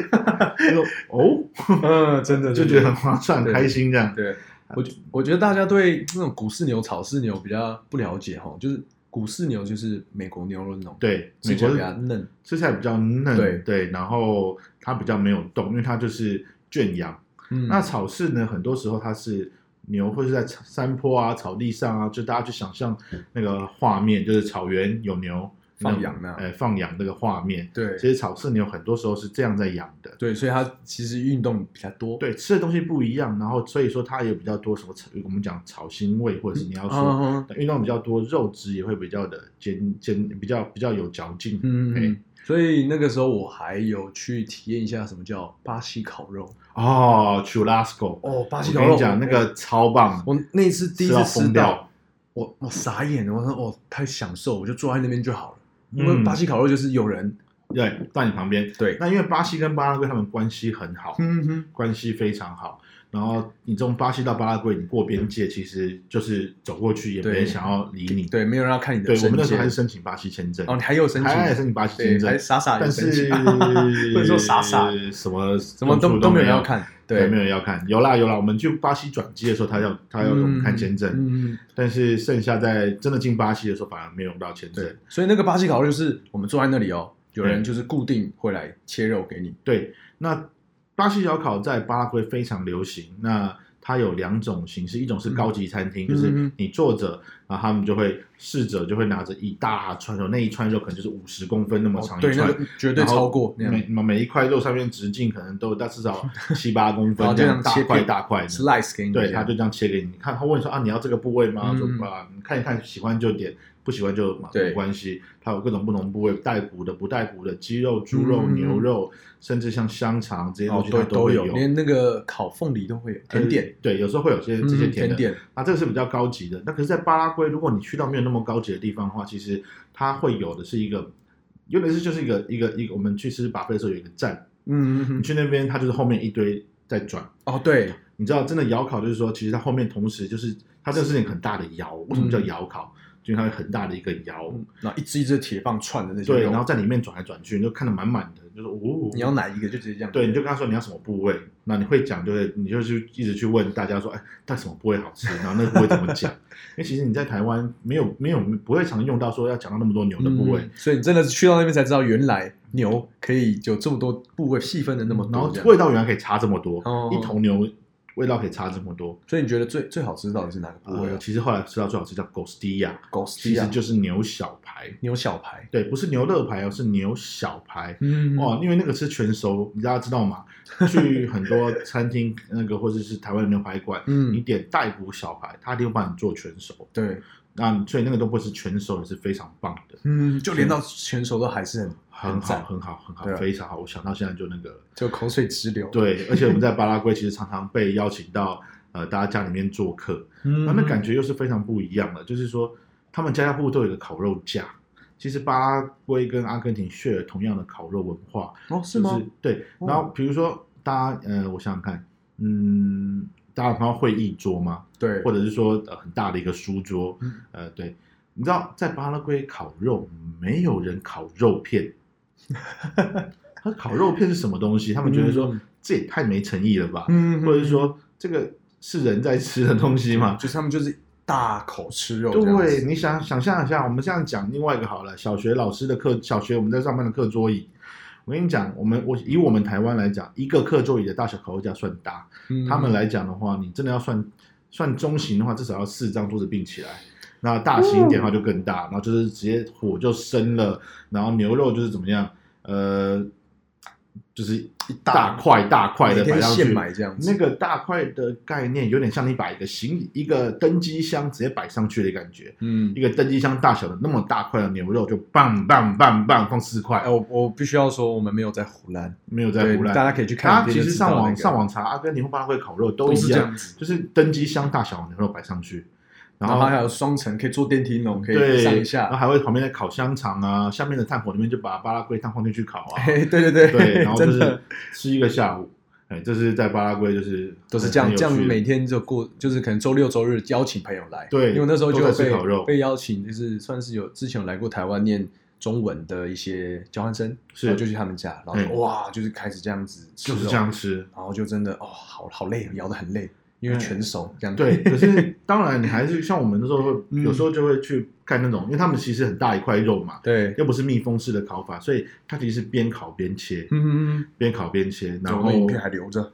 B: 就哦，
A: 嗯，真 的
B: 就觉得很划算，
A: 对
B: 开心这样。
A: 对，我觉我觉得大家对那种股市牛、草市牛比较不了解哈，就是股市牛就是美国牛肉那种，，
B: 对，
A: 吃
B: 美
A: 起
B: 国
A: 来
B: 是
A: 比较嫩，
B: 吃起来比较嫩，
A: 对
B: 然后它比较没有动，因为它就是圈养。
A: 嗯
B: 那草饲呢，很多时候它是牛会是在草山坡啊、草地上啊，就大家去想象那个画面，就是草原有牛
A: 放
B: 那种
A: 养那样
B: 呃，放养那个画面。
A: 对
B: 其实草饲牛很多时候是这样在养的。
A: 对，所以它其实运动比较多，
B: 对，吃的东西不一样，然后所以说它也比较多什么草，我们讲草腥味，或者是你要说
A: 嗯，
B: 运动比较多，肉质也会比较的尖尖，比较比较有嚼劲。
A: 嗯嗯
B: 嘿
A: 嗯，所以那个时候我还有去体验一下什么叫巴西烤肉
B: 哦，Churrasco，
A: 哦，巴
B: 我跟你讲，那个超棒，
A: 我那一次第一次
B: 吃到
A: 吃
B: 疯
A: 到
B: 掉，
A: 我我傻眼了，我说哦太享受，我就坐在那边就好了，因为
B: 嗯
A: 巴西烤肉就是有人
B: 对，到你旁边。
A: 对，
B: 那因为巴西跟巴拉圭他们关系很好，
A: 嗯哼，
B: 关系非常好。然后你从巴西到巴拉圭，你过边界其实就是走过去，也
A: 嗯
B: 没
A: 对
B: 人想要理你。
A: 对，没有人要看你的
B: 对，
A: 证
B: 我
A: 件，
B: 们那时候还是申请巴西签证，
A: 哦，你还有申请，
B: 还还申请巴西
A: 对
B: 签，证
A: 还，傻傻有
B: 但
A: 申
B: 是
A: 请， 不能说傻傻，
B: 什么
A: 怎么
B: 动
A: 都
B: 作
A: 都
B: 都
A: 没有人
B: 有
A: 要，看，
B: 对，没
A: 有
B: 有人要看。有啦有啦，我们去巴西转机的时候，他要他要给我们看签证，
A: 嗯，嗯
B: 但是剩下在真的进巴西的时候，反而没有到签证
A: 对。，所以那个巴西烤肉就是我们坐在那里哦，有人
B: 对
A: 就是固定会来切肉给你，
B: 对，那巴西小烤在巴拉圭非常流行。那它有两种形式，一种是高级餐厅，
A: 嗯
B: 就
A: 嗯
B: 是
A: 嗯
B: 你坐着，然后他们就会侍者就会拿着一大串肉，那一串肉可能就是五十公分那么
A: 哦
B: 长一
A: 对，
B: 串，
A: 那个绝对
B: 然后
A: 超过那
B: 每
A: 样
B: 每一块肉上面直径可能都大至少七八公
A: 然后
B: 分，
A: 哦这
B: 这
A: 样
B: 样
A: 切
B: 大块
A: 片
B: 大 块的。
A: ，slice 给你这样，
B: 对，他就这样切给你看。他问说啊，你要这个部位吗？
A: 嗯
B: 说啊，你看一看，喜欢就点，不喜欢就嘛
A: 对
B: 没关系。它有各种不同部位，带骨的、不带骨的，鸡肉、猪肉、
A: 嗯
B: 牛肉，甚至像香肠这些东
A: 哦
B: 西，它
A: 对都
B: 会
A: 有，连那个烤凤梨都会有甜点
B: 呃，对，有时候会有些这些
A: 嗯
B: 甜
A: 甜
B: 的。
A: 点，
B: 那这个是比较高级的。那可是，在巴拉圭，如果你去到没有那么高级的地方的话，其实它会有的是一个，有点是就是一个一个一个，我们去吃巴菲的时候有一个站，
A: 嗯嗯
B: 你
A: 嗯，
B: 去那边，它就是后面一堆在转。
A: 哦对，
B: 你知道，真的窑烤就是说，其实它后面同时就是它这个是一个很大的窑，为什么
A: 嗯
B: 叫窑烤？就因为它有很大的一个窑，
A: 然后一只一只铁棒串的那些
B: 对，
A: 肉
B: 然后在里面转来转去，你就看得满满的，就是哦，
A: 你要哪一个就直接这样，
B: 对，你就跟他说你要什么部位，那你会讲，就是你就去一直去问大家说，哎，但什么部位好吃，然后那个部位怎么讲？ 因为其实你在台湾没有没有不会常用到说要讲到那么多牛的部位，
A: 嗯所以你真的是去到那边才知道，原来牛可以有这么多部位细分的那么
B: 然
A: 多
B: 后
A: 这样。
B: 味道原来可以差这么多，
A: 哦
B: 一头牛味道可以差这么多。
A: 所以你觉得最最好吃到底是哪个部位
B: 呃，
A: 啊？
B: 其实后来吃到最好吃叫 g o s t i a
A: 狗
B: 其
A: 蹄
B: 实
A: 啊，
B: 就是牛小排。
A: 牛小排。
B: 对，不是牛肋排哦，是牛小排。
A: 嗯
B: 哦，因为那个是全熟，你大家知道吗？去很多餐厅那个或者是台湾的牛排馆，你
A: 嗯，
B: 点带骨小排，他一定会帮你做全熟。
A: 对，
B: 那所以那个都不是全熟，也是非常棒的，
A: 嗯，就连到全熟都还是很
B: 很好，
A: 赞，
B: 很好，很好
A: 对啊，
B: 非常好。我想到现在就那个，
A: 就口水直流。，
B: 对，而且我们在巴拉圭其实常常被邀请到呃大家家里面做客，
A: 嗯
B: 那那感觉又是非常不一样的，就是说他们家家户户都有一个烤肉架。其实巴拉圭跟阿根廷 share 同样的烤肉文化，
A: 哦，是吗
B: 就？对，
A: 哦
B: 然后比如说大家呃，我想想看，嗯，大家有看到会议桌吗？
A: 对，
B: 或者是说呃很大的一个书桌
A: 嗯，
B: 呃，对，你知道在巴拉圭烤肉没有人烤肉片，他烤肉片是什么东西？他们觉得说、
A: 嗯
B: 这也太没诚意了吧，
A: 嗯，
B: 或者是说这个是人在吃的东西吗？
A: 就是他们就是大口吃肉，
B: 对，，你想想象一下，我们这样讲另外一个好了，小学老师的课，小学我们在上班的课桌椅，我跟你讲，我们我以我们台湾来讲，一个课桌椅的大小烤肉架算大，
A: 嗯
B: 他们来讲的话，你真的要算算中型的话，至少要四张桌子并起来。那大型一点的
A: 嗯
B: 话就更大，然后就是直接火就生了，然后牛肉就是怎么样，呃，就是一大块大块的
A: 每
B: 摆
A: 天
B: 上去
A: 现，买这样子。
B: 那个大块的概念有点像你把一个行李一个登机箱直接摆上去的感觉，
A: 嗯
B: 一，个登机箱大小的那么大块的牛肉就棒棒棒棒放四块
A: 哎，，我我必须要说，我们没有在胡乱，
B: 没有在
A: 对
B: 胡，乱。
A: 大家可以去看
B: 他
A: 影
B: 其
A: 片就
B: 实
A: 知道
B: 上
A: 那个。
B: 网上网查阿根廷或巴拉圭烤肉都
A: 都
B: 一
A: 是这
B: 样，
A: 样子，
B: 就是登机箱大小的牛肉摆上去，然
A: 然
B: 后
A: 后还有双层，可以坐电梯那种，可
B: 对啊
A: 以上一
B: 然
A: 下。
B: 后还会旁边的烤香肠啊，下面的炭火里面就把巴拉圭炭放进去烤啊，
A: 嘿，对对对，
B: 对，然后 就
A: 真
B: 是
A: 的
B: 吃一个下午，哎，这是在巴拉圭就是
A: 都是这样，
B: 很有
A: 这样
B: 趣的
A: 每天就过，就是可能周六周日邀请朋友来。
B: 对
A: 因为那时候就
B: 都在
A: 有
B: 吃烤肉
A: 被被邀请，就是算是有之前有来过台湾念中文的一些交换生，
B: 是
A: 然后就去他们家，然后就
B: 嗯
A: 哇，就是开始这样子，
B: 就是这样，吃。
A: 然后就真的哦，好好累，摇得很累，因为
B: 嗯
A: 全熟这样。
B: 对，可是当然你还是像我们那时候会，
A: 嗯
B: 有时候就会去看那种，因为他们其实很大一块肉嘛，
A: 对，
B: 又不是密封式的烤法，所以它其实是边烤边切，
A: 嗯嗯嗯，
B: 边烤边切，然
A: 我
B: 后
A: 们影片还留 着，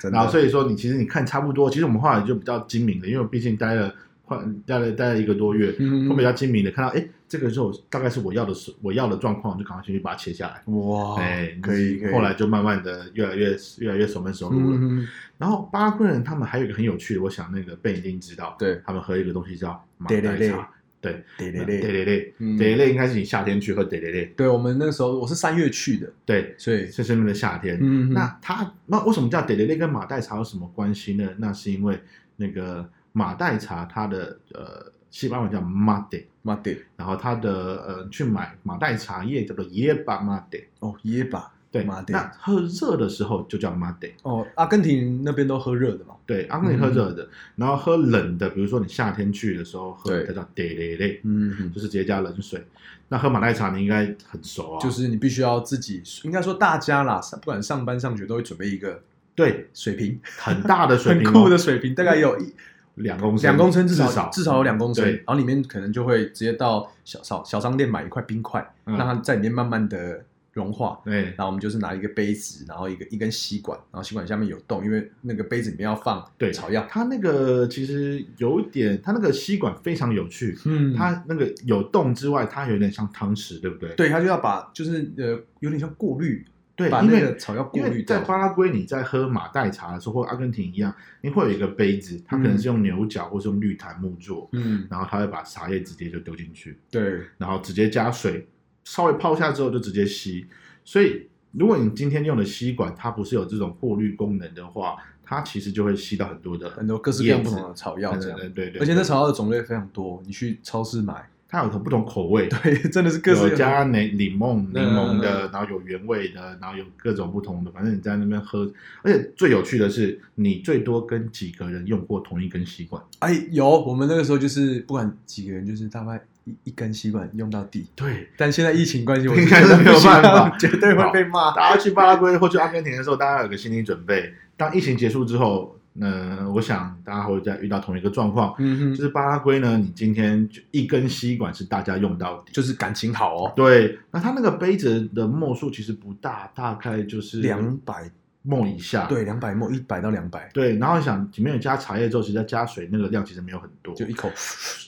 A: 真
B: 然后所
A: 以
B: 以说你其实你看差不多，其实我们后来就比较精明的，因为我毕竟待了快待了待了一个多月，
A: 嗯
B: 我比较精明的看到，哎，这个肉大概是我要的所我要的状况，就赶快先去把它切下来。
A: 哇，
B: 哎，
A: 哦可以可以，
B: 后来就慢慢的越来越越来越熟门熟路
A: 嗯
B: 了。
A: 嗯嗯
B: 然后巴拉圭人他们还有一个很有趣的，我想那个贝一定知道，
A: 对，
B: 他们喝一个东西叫马
A: 对对
B: 黛
A: 对
B: 茶，对，
A: 对对
B: 对对
A: 对，
B: 对对，
A: 嗯
B: 对对应该是你夏天去喝对对对，
A: 对我们那时候我是三月去的，
B: 对，
A: 所以
B: 是生命的夏天。
A: 嗯，
B: 那它那为什么叫得得类跟马黛茶有什么关系呢？那是因为那个马黛茶它的呃西班牙文叫 mate，
A: 马蒂
B: 然后它的呃去买马黛茶叶叫做耶巴 mate，
A: 哦耶吧，
B: 对
A: mate
B: 那喝热的时候就叫 mate，
A: 哦阿根廷那边都喝热的嘛，
B: 对，阿
A: 嗯
B: 根廷喝热的，然后喝冷的，比如说你夏天去的时候喝，
A: 对
B: 它叫得得类，
A: 嗯，
B: 就是直接加冷水。那喝马黛茶你应该很熟啊，
A: 就是你必须要自己，应该说大家啦，上不管上班上学都会准备一个
B: 对
A: 水瓶，
B: 很大的水
A: 很
B: 瓶、哦，
A: 酷的水瓶，大概有一。
B: 两公升，
A: 两公升至
B: 至少
A: 少至少有两公升，
B: 对
A: 然后里面可能就会直接到小小小商店买一块冰块，
B: 嗯
A: 让它在里面慢慢的融化。
B: 对
A: 然后我们就是拿一个杯子，然后一个一根吸管，然后吸管下面有洞，因为那个杯子里面要放
B: 对
A: 草药。
B: 它那个其实有点，它那个吸管非常有趣，
A: 嗯它
B: 它那个有洞之外，它有点像汤匙，对不对？
A: 对它就要把就是呃有点像过滤，
B: 对
A: 把
B: 因
A: 那
B: 为
A: 个草药过
B: 因为
A: 滤掉
B: 在。巴拉圭，你在喝马黛茶的时候，或阿根廷一样，你会有一个杯子，它可能是用牛角或是用绿檀木做，
A: 嗯，
B: 然后它会把茶叶直接就丢进去，
A: 对，
B: 然后直接加水，稍微泡下之后就直接吸。所以，如果你今天用的吸管它不是有这种过滤功能的话，它其实就会吸到很多的
A: 很多各式各样
B: 叶
A: 不
B: 子
A: 同的草药这样，
B: 对对对，
A: 而且那草药的种类非常多，你去超市买，
B: 它有不同口味，
A: 对，真的是各式
B: 有
A: 各
B: 加
A: 样。
B: 柠柠檬柠檬的，
A: 嗯
B: 然后有原味的，然后有各种不同的，反正你在那边喝，而且最有趣的是，你最多跟几个人用过同一根吸管，
A: 哎，有我们那个时候就是不管几个人，就是大概一一根吸管用到底，
B: 对。
A: 但现在疫情关系，我
B: 应
A: 是
B: 该是
A: 觉得
B: 没有
A: 不行啊
B: 办 法
A: 绝对会被骂。
B: 大家去巴拉圭或去阿根廷的时候，大家有个心理准备，当疫情结束之后，呃，我想大家会再遇到同一个状况，
A: 嗯
B: 就
A: 哼，
B: 是巴拉圭呢，你今天就一根吸管是大家用到底。
A: 就是感情好哦，
B: 对，那它那个杯子的墨数其实不大，大概就是
A: 两百
B: 墨以下。
A: 对两百沫，一百到两百，
B: 对，然后想里面有加茶叶之后，其实再加水那个量其实没有很多。
A: 就一口。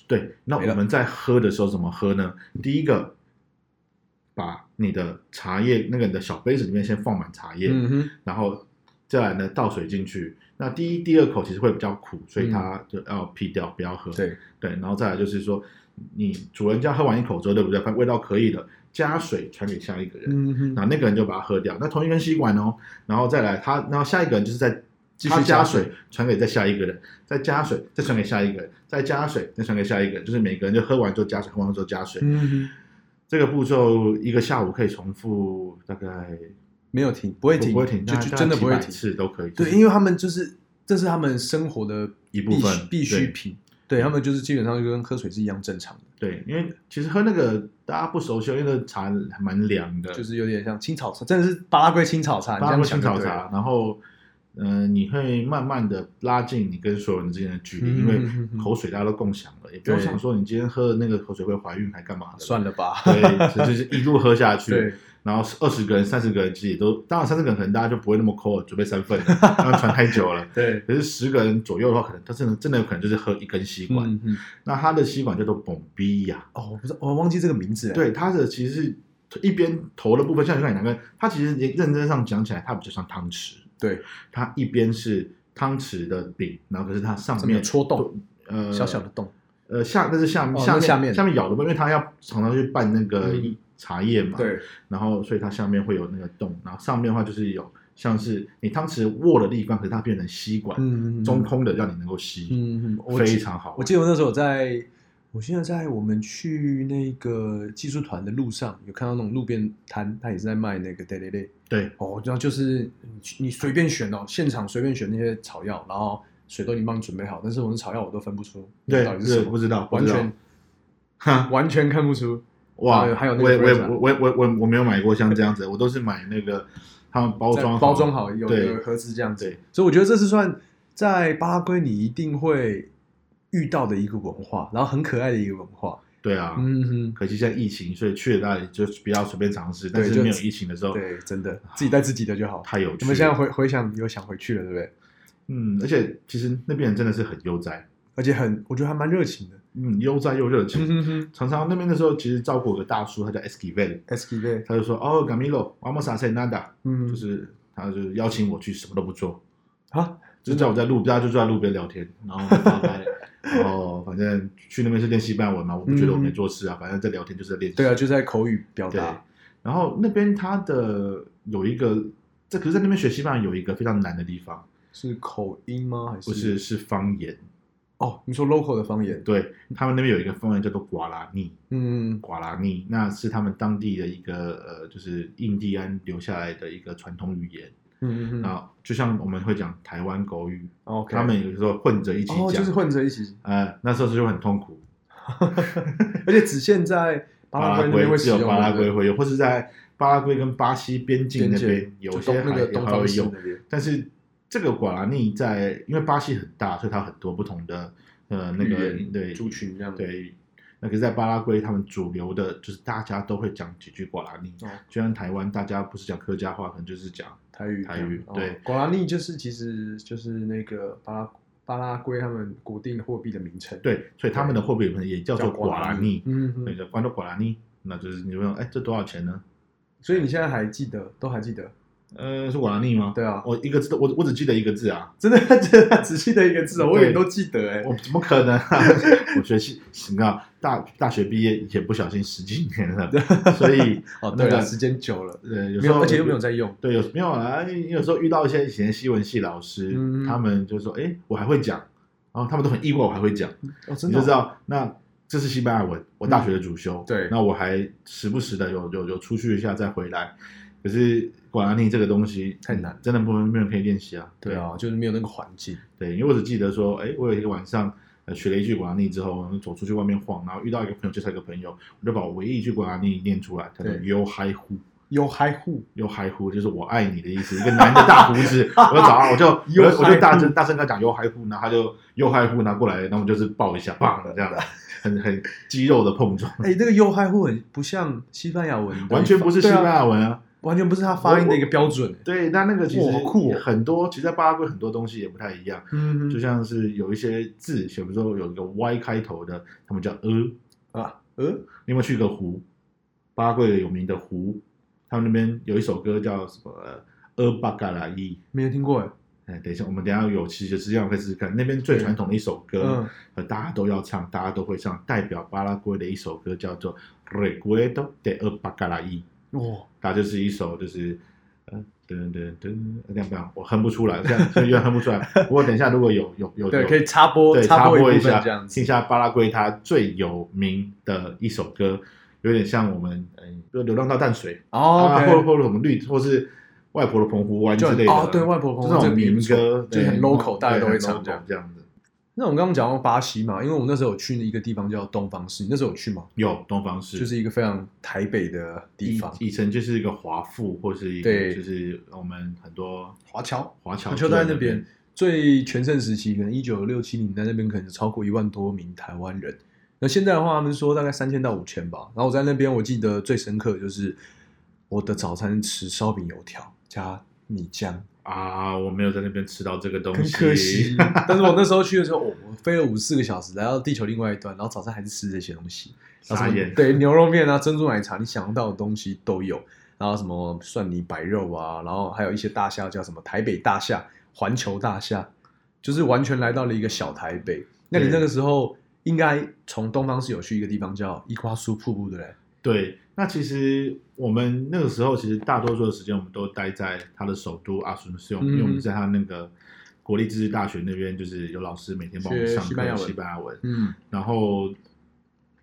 B: 对，那
A: 没了
B: 我们在喝的时候怎么喝呢？第一个，把你的茶叶那个你的小杯子里面先放满茶叶，
A: 嗯哼，
B: 然后再来呢倒水进去。那第一、第二口其实会比较苦，所以它就要辟掉，不要喝。
A: 嗯对，
B: 对，然后再来就是说，你主人家喝完一口之后，对不对？反正味道可以了，加水传给下一个人。
A: 嗯
B: 然
A: 哼，
B: 后那个人就把它喝掉，那同一根吸管哦，然后再来他，然后下一个人就是在
A: 继续
B: 他加
A: 加
B: 水传给再下一个人，再加水再传给下一个人，再加水再传给下一个人，就是每个人就喝完之后加水，喝完之后加水，
A: 嗯哼，
B: 这个步骤一个下午可以重复大概
A: 没有停，不会停，
B: 不会停，
A: 就
B: 大概
A: 就真的不会
B: 大概几百
A: 停。
B: 次都可以，
A: 对，因为他们就是这是他们生活的
B: 一部
A: 必
B: 分
A: 须必
B: 对
A: 需品，对他们就是基本上就跟喝水是一样正常的，
B: 对，因为其实喝那个大家不熟悉，因为那个茶还蛮凉的，
A: 就是有点像青草茶，真的是巴拉圭青草茶，你
B: 巴
A: 这
B: 拉圭
A: 样
B: 青
A: 想就
B: 草
A: 对了。
B: 茶，然后，嗯、你会慢慢的拉近你跟所有人之间的距离，
A: 嗯
B: 因
A: 嗯
B: 为
A: 嗯
B: 口水大家都共享了，也不用
A: 对
B: 想说你今天喝的那个口水会怀孕还干嘛的，
A: 算了吧，
B: 对，所以就是一路喝下 去，
A: 对，
B: 然后二十个人、三十个人其实也都，当然三十个人可能大家就不会那么抠了，准备三 份了，然后传太久了。
A: 对，
B: 可是十个人左右的话，可能他真的真的有可能就是喝一根吸管，
A: 嗯嗯，
B: 那他的吸管叫做蹦逼呀，
A: 哦，我不知道，我忘记这个名字了。
B: 对，它的其实是一边头的部分，像你看两个，它其实也认真上讲起来，它比较像汤匙，
C: 对，
B: 它一边是汤匙的柄，然后可是它上
A: 这么有
B: 面
A: 戳洞，
B: 呃
A: 小小的洞，
B: 呃下那是下
A: 哦
B: 下
A: 那
B: 面
A: 是下面
B: 下面咬的部分，因为它要常常去拌那个
A: 嗯
B: 茶叶嘛，
C: 对，
B: 然后所以它下面会有那个洞，然后上面的话就是有像是你汤匙握的地方，可是它变成吸管，
A: 嗯
B: 中空的让你能够吸，
A: 嗯，嗯我
B: 非
A: 记
B: 常好玩。
A: 我记得我那时候在，我现在在我们去那个技术团的路上，有看到那种路边摊，他也是在卖那个 d a y d a y
B: 对
A: 哦，然后就是你去你随便选哦，现场随便选那些草药，然后水都已经帮你准备好，但是我的草药我都分不出
B: 对
A: 到底是
B: 对，
A: 什
B: 不
A: 么，
B: 知道不
A: 完
B: 知道
A: 全
B: 哈
A: 完全看不出。
B: 哇
A: 还有还有那个
B: 我也我也
A: Fraser
B: 我我我我我没有买过像这样子，我都是买那个他们包
A: 再
B: 装
A: 包装好有
B: 对
A: 有盒子这样子
B: 对。
A: 所以我觉得这是算在巴拉圭你一定会遇到的一个文化，然后很可爱的一个文化。
B: 对啊，
A: 嗯哼，
B: 可惜现在疫情，所以去了大家也就不要随便尝试。
A: 对
B: 但是
A: 就
B: 没有疫情的时候，
A: 对，真的自己带自己的就好。
B: 太有趣了。
A: 我们现在回回想有想回去了，对不对？
B: 嗯，而且其实那边人真的是很悠哉，
A: 而且很，我觉得还蛮热情的。
B: 嗯，悠哉又热情。
A: 哼哼
B: 常常那边的时候，其实照顾有个大叔，他叫 Esquivel，
A: s k v
B: 他就说：“哦，Camilo, vamos a hacer nada。”
A: 嗯，
B: 就是他就是邀请我去什么都不做，
A: 啊，
B: 就叫我在路，大家就坐在路边聊天，然后发 呆，然后反正去那边是练西班牙文嘛，我不觉得我没做事啊，反正在聊天就是在练
A: 嗯
B: 习。
A: 对啊，就在口语表
B: 对
A: 达。
B: 然后那边他的有一个，这可是在那边学西班牙有一个非常难的地方，
A: 是口音吗？还是
B: 不是是方言。
A: 哦，你说 local 的方言？
B: 对他们那边有一个方言叫做瓜拉尼，
A: 嗯，
B: 瓜拉尼，那是他们当地的一个呃，就是印第安留下来的一个传统语言。
A: 嗯嗯嗯
B: 那、就像我们会讲台湾狗语，
A: ，OK，
B: 啊他们有时候混着一起讲，
A: 哦，就是混着一起，
B: 呃，那时候就很痛苦。
A: 而且只限在巴拉
B: 巴
A: 圭
B: 拉
A: 那边会
B: 圭
A: 使
B: 只
A: 用，
B: 有巴拉
A: 对
B: 圭
A: 不
B: 会有，或是在巴拉圭跟巴西边
A: 对
B: 境那边
A: 就
B: 有
A: 东
B: 些
A: 那
B: 还
A: 个东
B: 还
A: 方
B: 会
A: 式
B: 用，
A: 那边，
B: 但是这个瓜拉尼在因为巴西很大，所以它有很多不同的呃那个
A: 语言
B: 对
A: 族群这样。，
B: 对，那可是，在巴拉圭，他们主流的就是大家都会讲几句瓜拉尼，
A: 哦
B: 就像台湾大家不是讲客家话，可能就是讲
A: 台语
B: 台语
A: 这样
B: 对
A: 哦果然尼就是其实就是那个巴拉巴拉圭他们国定货币的名称，，
B: 对，所以他们的货币也叫做瓜拉尼，
A: 嗯
B: 对，
A: 嗯，
B: 叫关到瓜拉尼，那就是你问，哎，这多少钱呢？
A: 所以你现在还记得，都还记得，
B: 呃，是瓜拉尼吗？
A: 对啊，
B: 我一个字都，我我只记得一个字啊，
A: 真的真的 只记得一个字哦，我
B: 对
A: 也都记得哎，
B: 我怎么可能啊？ 我学习，你知道，大大学毕业也不小心十几年了，所以
A: 哦
B: 那
A: 对了，
B: 个
A: 时间久了，
B: 呃，有
A: 没
B: 时
A: 有，
B: 候
A: 而且又没有在用，
B: 对，有没有啊？有时候遇到一些以前的西文系老师，
A: 嗯
B: 他们就说：“哎，我还会讲。”然后他们都很意外，我还会讲，
A: 哦真
B: 你
A: 的
B: 就
A: 哦嗯
B: 知道那这是西班牙文，我大学的主修。
A: 对
B: 那我还时不时的有有有出去一下再回来。可是管拉尼这个东西
A: 太难
B: 嗯真的不没有人可以练习啊。
A: 对啊，就是没有那个环境，
B: 对，因为我只记得说，哎，我有一个晚上。呃学了一句管拉尼之后，然后走出去外面晃，然后遇到一个朋友，介绍一个朋友，我就把我唯一一句管拉尼念出来，叫做
A: 对
B: “yo hi hu”。
A: 有嗨户，
B: 又嗨呼，就是我爱你的意思。一个男的大胡 子，我就找啊他，我就
A: 又嗨呼
B: 我就大声大声跟他讲又嗨呼，然后他就又嗨呼拿过来，然后我们就是抱一下，棒这样，很很肌肉的碰撞，
A: 哎，那个有嗨户很不像西班牙文的一发，
B: 完全不是西
A: 对啊
B: 班牙文啊。
A: 完全不是他发音的一个标准。
B: 对，那那个其实
A: 哇好酷哦
B: 很多，其实在巴拉圭很多东西也不太一样，
A: 嗯
B: 就像是有一些字，比如说有一个 Y 开头的，他们叫呃，你
A: 啊，呃，
B: 有没有去过湖？巴拉圭有名的湖，他们那边有一首歌叫什么呃巴嘎拉伊。
A: 没有听过哎。
B: 哎，等一下，我们等一下有其实这样可以试试看。那边最传统的一首歌
A: 嗯，
B: 呃，大家都要唱，大家都会唱，代表巴拉圭的一首歌叫做《Recuerdo de u b a g a l a i
A: 哇，
B: 它就是一首就是，呃，噔噔噔，呃这样不样，我哼不出来，这样所以有点哼不出来。不过等一下如果有有有
A: 对，
B: 有
A: 可以插播
B: 对
A: 插
B: 插
A: 播
B: 播
A: 一部分
B: 下
A: 这样，
B: 听
A: 子
B: 一。下巴拉圭它最有名的一首歌，有点像我们嗯，比如《流浪到淡水》
A: 哦
B: 啊，
A: ，OK，
B: 或或者什么绿，或是外婆的澎湖湾之
A: 就很
B: 类的。
A: 哦，对外婆婆
B: 就这
A: 这个
B: 种
A: 名
B: 民歌
A: 歌，就是很 local，大家都会唱
B: 这
A: 这
B: 样
A: 样。
B: 这样子。
A: 那我们刚刚讲到巴西嘛，因为我那时候有去一个地方叫东方市，你那时候有去吗？
B: 有东方式，
A: 就是一个非常台北的地
B: 以
A: 方，
B: 以前就是一个华埠，或是一
A: 对
B: 个就是我们很多
A: 华侨，
B: 华侨
A: 华侨啊在那边。最全盛时期，可能一九六七年代那边可能超过一万多名台湾人。那现在的话，他们说大概三千到五千吧。然后我在那边，我记得最深刻的就是我的早餐吃烧饼油条加米浆，
B: 啊啊，我没有在那边吃到这个东
A: 很
B: 西，
A: 可惜。 但是我那时候去的时候，哦、我飞了五四个小时来到地球另外一端，然后早上还是吃这些东西，然后
B: 傻
A: 什么
B: 眼。
A: 对牛肉面啊、珍珠奶茶，你想到的东西都有。然后什么蒜泥白肉啊，然后还有一些大虾叫什么台北大虾、环球大虾，就是完全来到了一个小台北。那你
B: 对
A: 那个时候应该从东方是有去一个地方叫伊瓜苏瀑布，对不对？
B: 对，那其实我们那个时候，其实大多数的时间我们都待在他的首都阿孙西
A: 嗯
B: 因为我们在他那个国立自治大学那边，就是有老师每天帮我们
A: 学
B: 上
A: 西班牙
B: 课
A: 文
B: 西班牙文，
A: 嗯，
B: 然后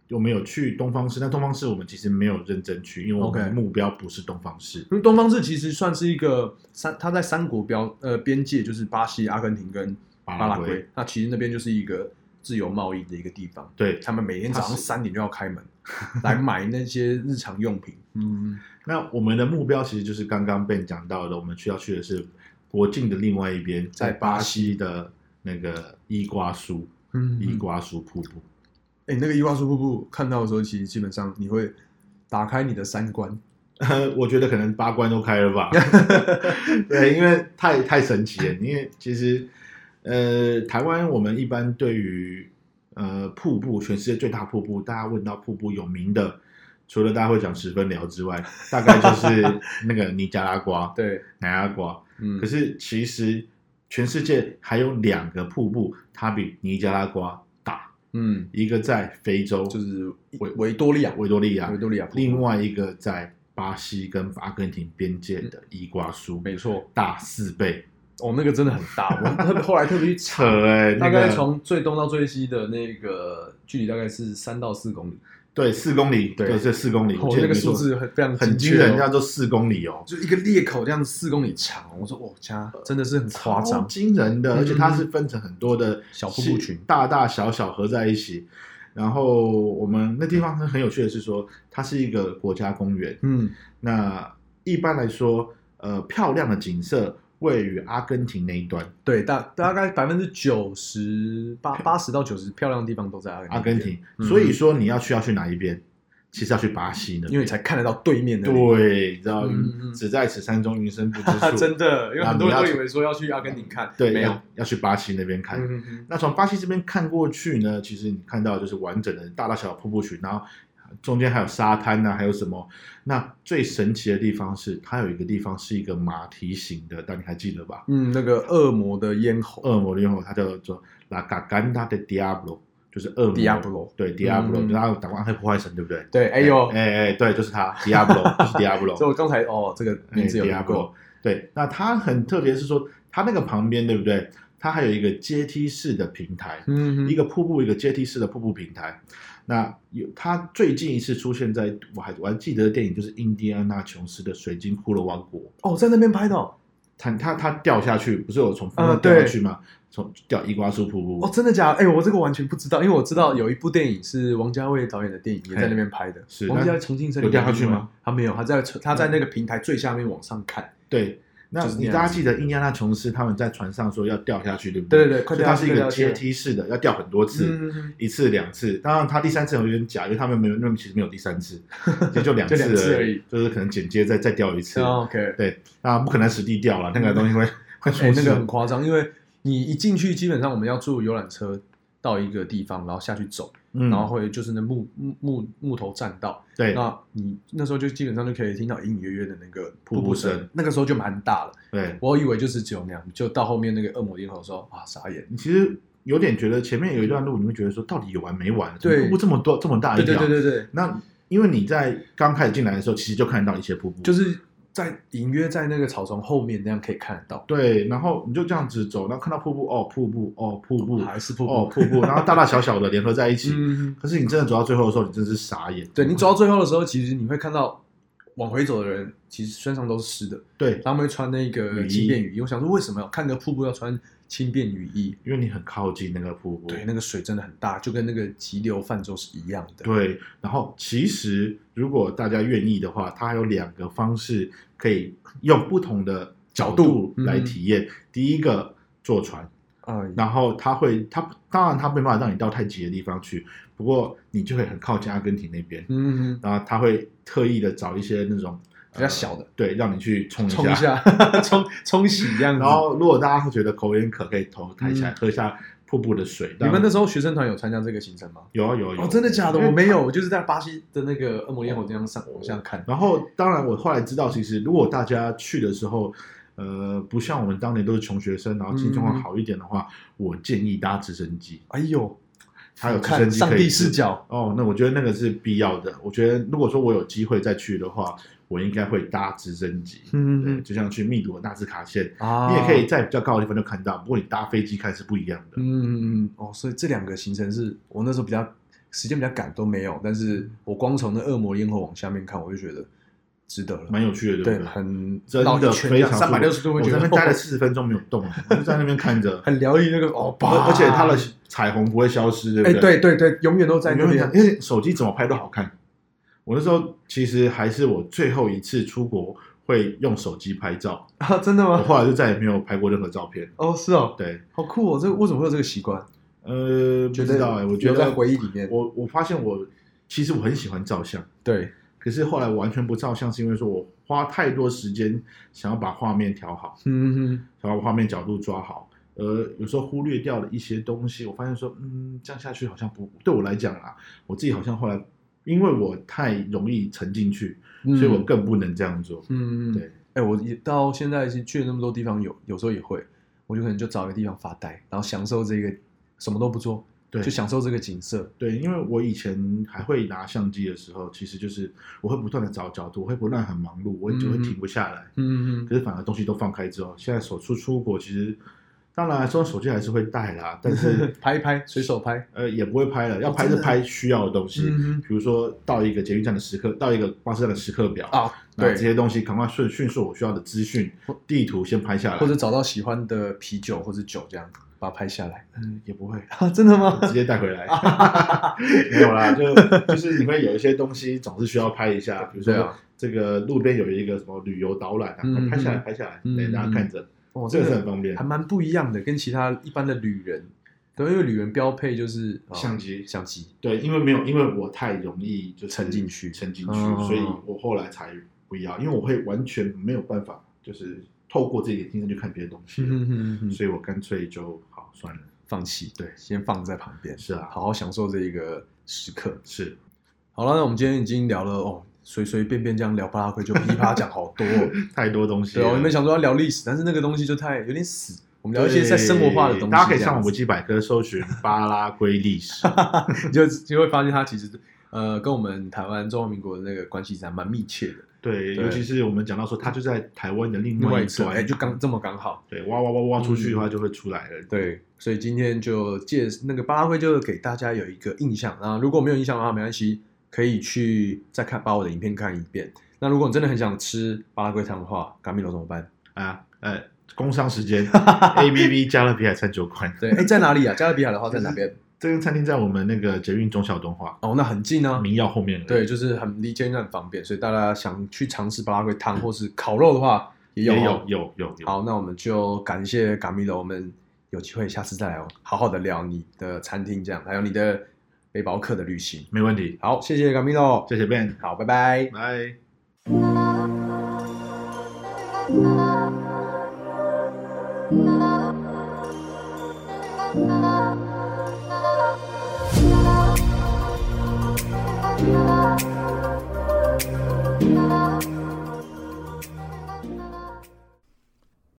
B: 我们有去东方市，但东方市我们其实没有认真去，因为我们
A: OK
B: 的目标不是东方市。
A: 因为东方市其实算是一个三，它在三国标呃边界就是巴西、阿根廷跟
B: 巴
A: 巴
B: 拉
A: 拉
B: 圭
A: 圭，那其实那边就是一个自由贸易的一个地方，
B: 对，
A: 他们每天早上
B: 它是
A: 三点就要开门来买那些日常用品。嗯，
B: 那我们的目标其实就是刚刚被讲到的，我们需要去的是国境的另外一边，在巴西的那个伊瓜苏
A: 嗯
B: 伊瓜苏瀑布。
A: 哎、那个伊瓜苏瀑布看到的时候，其实基本上你会打开你的三观。
B: 呃， 我觉得可能八关都开了 吧。对，因为太太神奇了。因为其实，呃，台湾我们一般对于呃瀑布，全世界最大瀑布，大家问到瀑布有名的，除了大家会讲十分寮之外，大概就是那个尼加拉瓜、
A: 对，
B: 南亚瓜。
A: 嗯
B: 可是其实全世界还有两个瀑布，它比尼加拉瓜大，
A: 嗯，
B: 一个在非洲，
A: 就是维维多利亚
B: 维多利亚，
A: 维多利亚瀑布，
B: 另外一个在巴西跟阿根廷边界的伊瓜苏，
A: 没错，
B: 大四倍，
A: 哦，那个真的很大， 我特别后来特别去查
B: 扯哎、
A: 大
B: 那
A: 概
B: 个
A: 从最东到最西的那个距离大概是三到四公里，
B: 对四公里，
A: 对
B: 对，是四公里，
A: 哦
B: 我，记
A: 那
B: 得
A: 个
B: 没
A: 数
B: 错
A: 字很非常
B: 很
A: 精
B: 惊
A: 确
B: 人，叫
A: 哦，
B: 做四公里哦，
A: 就一个裂口这样四公里长。我说，我家真的是很夸
B: 超
A: 张。
B: 惊人的，
A: 嗯
B: 而且它是分成很多的
A: 小瀑布群
B: 大大小小合在一起。然后我们那地方很有趣的是说，它是一个国家公园，
A: 嗯，
B: 那一般来说，呃，漂亮的景色位于阿根廷那一端，
A: 对，大大概百分之九十八八十到九十漂亮的地方都在
B: 嗯阿根廷，
A: 嗯
B: 所以说你要去要去哪一边？其实要去巴西呢，
A: 因为你才看得到对面的。，
B: 对，你知道
A: 嗯嗯嗯
B: 只在此山中云深不知处，
A: 啊 真的，因为
B: 那
A: 很
B: 你
A: 多人
B: 要
A: 都以
B: 去
A: 为说要去阿根廷看，
B: 对，
A: 没有
B: 要。要去巴西那边看。
A: 嗯嗯
B: 那从巴西这边看过去呢，其实你看到就是完整的大大小小瀑布群，然后中间还有沙滩啊呐、还有什么？那最神奇的地方是，它有一个地方是一个马蹄形的，但你还记得吧？
A: 嗯，那个恶魔的咽喉，
B: 恶魔的烟火，它叫做 La Garganta de Diablo，就是恶魔。
A: Diablo
B: 对 Diablo，、
A: 嗯
B: 就是他打过暗黑破坏神，对不对？
A: 对，哎呦，
B: 哎哎，对，就是他 Diablo，就是 Diablo，
A: 所以我刚才哦，这个名字有
B: 哎
A: 听过，
B: Diablo。对，那它很特别，是说它那个旁边，对不对？它还有一个阶梯式的平台，
A: 嗯
B: 一个瀑布，一个阶梯式的瀑布平台。那有它最近一次出现在我还我还记得的电影就是《印第安纳琼斯的水晶骷髅王国》，
A: 哦，在那边拍的哦，
B: 嗯它它它掉下去，不是有从
A: 啊
B: 峰上掉下
A: 对
B: 去吗？从掉伊瓜苏瀑布。
A: 哦，真的假的？哎、我这个完全不知道，因为我知道有一部电影是王家卫导演的电影，也在那边拍的。
B: 嗯是
A: 王家卫
B: 那
A: 重庆森林
B: 有掉下去吗
A: 吗？他没有，他在他在那个平台最下面往上看。
B: 对，那
A: 就是那
B: 你
A: 样
B: 大家
A: 子
B: 记得印第安纳琼斯他们在船上说要掉下去，对不
A: 对
B: 对
A: 对对快
B: 所以
A: 掉
B: 它
A: 下
B: 是
A: 去
B: 一
A: 快掉
B: 个
A: 下去
B: 阶梯式的，要掉很多次。
A: 嗯，
B: 一次两次，当然他第三次有点假，因为他们没有，那么其实没有第三次，也就 两
A: 就两次
B: 次
A: 而
B: 而
A: 已
B: 已，就是可能剪接再再掉一
A: 是，
B: 次
A: 啊 OK。
B: 那不可能实地掉了，那个东西会
A: 哎、
B: 会出
A: 那
B: 事
A: 个。很夸张，因为你一进去，基本上我们要坐游览车到一个地方，然后下去走，
B: 嗯
A: 然后会就是那木木木木头栈道，
B: 对，
A: 那你那时候就基本上就可以听到隐隐约约的那个
B: 瀑布声
A: 那个时候就蛮大了。
B: 对，
A: 我以为就是只有那样，就到后面那个恶魔咽喉的时候啊，傻眼。
B: 你其实有点觉得前面有一段路，你会觉得说到底有完没完？
A: 对
B: 怎么瀑布这么多这么大一
A: 对
B: 条，
A: 对对对对，
B: 那因为你在刚开始进来的时候，其实就看到一些瀑布，
A: 就是在隐约在那个草丛后面那样可以看得到，
B: 对，然后你就这样子走，然后看到瀑布，哦，瀑布，哦，瀑布，
A: 还是瀑布。
B: 哦，瀑布，然后大大小小的联合在一起。
A: 嗯，
B: 可是你真的走到最后的时候，你真的是傻眼。
A: 对你走到最后的时候，其实你会看到往回走的人，其实身上都是湿的，
B: 对，
A: 他们会穿那个
B: 雨衣
A: 轻便雨衣。我想说，为什么要看个瀑布要穿轻便雨衣？
B: 因为你很靠近那个瀑布。
A: 对，那个水真的很大，就跟那个急流泛舟是一样的。
B: 对然后其实如果大家愿意的话，它还有两个方式可以用不同的角
A: 角度
B: 度
A: 嗯
B: 来体验。第一个坐船，
A: 啊，
B: 然后它会它当然它没办法让你到太急的地方去，不过你就会很靠近阿根廷那边，
A: 嗯，
B: 然后它会特意的找一些那种呃
A: 比较小的，
B: 对，让你去冲
A: 嗯冲一下， 冲冲洗这样子。
B: 然后，如果大家会觉得口有点渴，可以头抬起来、
A: 嗯
B: 喝一下瀑布的水。
A: 你们那
B: 的
A: 时候学生团有参加这个行程吗？
B: 有啊有啊有
A: 哦，真的假的？
B: 因为
A: 我没有，我就是在巴西的那个恶魔烟火这样上往下看。
B: 然后，当然，我后来知道，其实如果大家去的时候，呃，不像我们当年都是穷学生，然后经济
A: 嗯
B: 状况好一点的话，我建议搭直升机。
A: 哎呦，
B: 它有直升
A: 看
B: 机
A: 上
B: 可以
A: 帝
B: 自
A: 视角，
B: 哦，那我觉得那个是必要的。我觉得如果说我有机会再去的话，我应该会搭直升机。对，
A: 嗯
B: 就像去秘鲁的纳斯卡线，
A: 啊，
B: 你也可以在比较高的地方就看到，不过你搭飞机看是不一样的。
A: 嗯，嗯嗯，哦，所以这两个行程是我那时候比较时间比较赶都没有，但是我光从那恶魔烟火往下面看，我就觉得值得了，
B: 蛮有趣的，对
A: 对，
B: 不对？
A: 很
B: 真的非常
A: 三百六十度
B: 我
A: 会觉
B: 在
A: 得，
B: 那边待了四十分钟没有动，我就在那边看 着
A: 很疗愈那个哦，
B: 而
A: 吧
B: 而且它的彩虹不会消失，对不
A: 哎
B: 对？
A: 对对对，永远都在
B: 我
A: 那
B: 原本
A: 边
B: 想，因为手机怎么拍都好看。我那时候其实还是我最后一次出国会用手机拍照，
A: 啊，真的
B: 我
A: 吗？
B: 后来就再也没有拍过任何照片。
A: 哦，是哦，
B: 对，
A: 好酷哦，这为什么会有这个习惯？
B: 呃，不
A: 觉
B: 知
A: 得
B: 道哎、我觉
A: 留在
B: 得
A: 回忆里面
B: 我我发现我其实我很喜欢照相，
A: 对，
B: 可是后来我完全不照相，是因为说我花太多时间想要把画面调好。
A: 嗯嗯
B: 然后画面角度抓好，呃，有时候忽略掉了一些东西。我发现说，嗯，这样下去好像不对我来讲啊，我自己好像后来因为我太容易沉进去，
A: 嗯，
B: 所以我更不能这样做。
A: 嗯嗯嗯
B: 对，
A: 哎、我也到现在是去了那么多地方有，有时候也会，我就可能就找一个地方发呆，然后享受这个什么都不做，
B: 对
A: 就享受这个景色。
B: 对，因为我以前还会拿相机的时候，其实就是我会不断的找角度，我会不断地很忙碌，我就会
A: 嗯
B: 停不下来。
A: 嗯
B: 可是反而东西都放开之后，现在手出出国，其实当然说手机还是会带啦，但是
A: 拍一拍，随手拍。
B: 呃也不会拍了，要拍
A: 真
B: 就
A: 的
B: 拍需要的东西。
A: 嗯
B: 比如说到一个捷运站的时刻，到一个巴士站的时刻表，
A: 啊，
B: 那这
A: 对，
B: 些东西赶快顺迅速我需要的资讯、地图先拍下来，
A: 或者找到喜欢的啤酒或者酒这样，把它拍下 来。
B: 嗯 也不会
A: 啊，真的吗？
B: 直接带回来，
A: 啊
B: 没有啦，就就是你会有一些东西总是需要拍一下，比如
A: 对
B: 说
A: 啊
B: 这个路边有一个什么旅游导览啊，
A: 嗯
B: 拍下来拍下来，
A: 嗯
B: 对大家看着，
A: 哦，
B: 这
A: 这
B: 个是很
A: 个
B: 方便
A: 还。蛮不一样的，跟其他一般的旅人，对，因为旅人标配就是、哦
B: 相机
A: 相机。
B: 对，因为没有，因为我太容易就是
A: 沉进去
B: 沉进去，
A: 哦
B: 所以我后来才不要，因为我会完全没有办法，就是透过自己的眼睛去看别的东西了，
A: 嗯嗯嗯，
B: 所以我干脆就好算了。
A: 放弃，
B: 对
A: 先放在旁边，
B: 是啊，
A: 好好享受这一个时刻。
B: 是
A: 好了，那我们今天已经聊了哦，随随便便这样聊巴拉圭就噼啪讲好多、 哦。
B: 太多东西
A: 对啊，
B: 了。
A: 我原本想说要聊历史，但是那个东西就太有点死。我们聊一些在生活化的东西，
B: 对大家可以
A: 这
B: 上网维
A: 样子
B: 基百科搜寻巴拉圭历 史。
A: 你就就会发现它其实呃跟我们台湾中华民国的那个关系是还蛮密切的。
B: 对，
A: 对
B: 尤其是我们讲到说，它就在台湾的另
A: 另外
B: 外
A: 一
B: 一
A: 次，
B: 端，
A: 哎，就刚这么刚好。
B: 对，挖挖挖挖出去的话就会出来了。
A: 对，所以今天就借那个巴拉圭，就给大家有一个印象啊。那如果没有印象的话，没关系，可以去再看把我的影片看一遍。那如果你真的很想吃巴拉圭汤的话，嘎米罗怎么办？
B: 啊，呃，工商 时间，A B B 加勒比海餐酒馆，
A: 对，哎，在哪里啊？加勒比海的话在哪边？
B: 这间餐厅在我们那个捷运中小东华
A: 哦，那很近啊。
B: 民耀后面而已。
A: 对，就是很离捷运站很方便，所以大家想去尝试巴拉圭汤或是烤肉的话，也有
B: 也
A: 哦。
B: 有有有有。
A: 好，那我们就感谢嘎米罗，我们有机会下次再来哦好好的聊你的餐厅，这样还有你的背包客的旅行。
B: 没问题，
A: 好，谢谢嘎米罗，
B: 谢谢 Ben，
A: 好，拜拜。
B: 拜。
D: La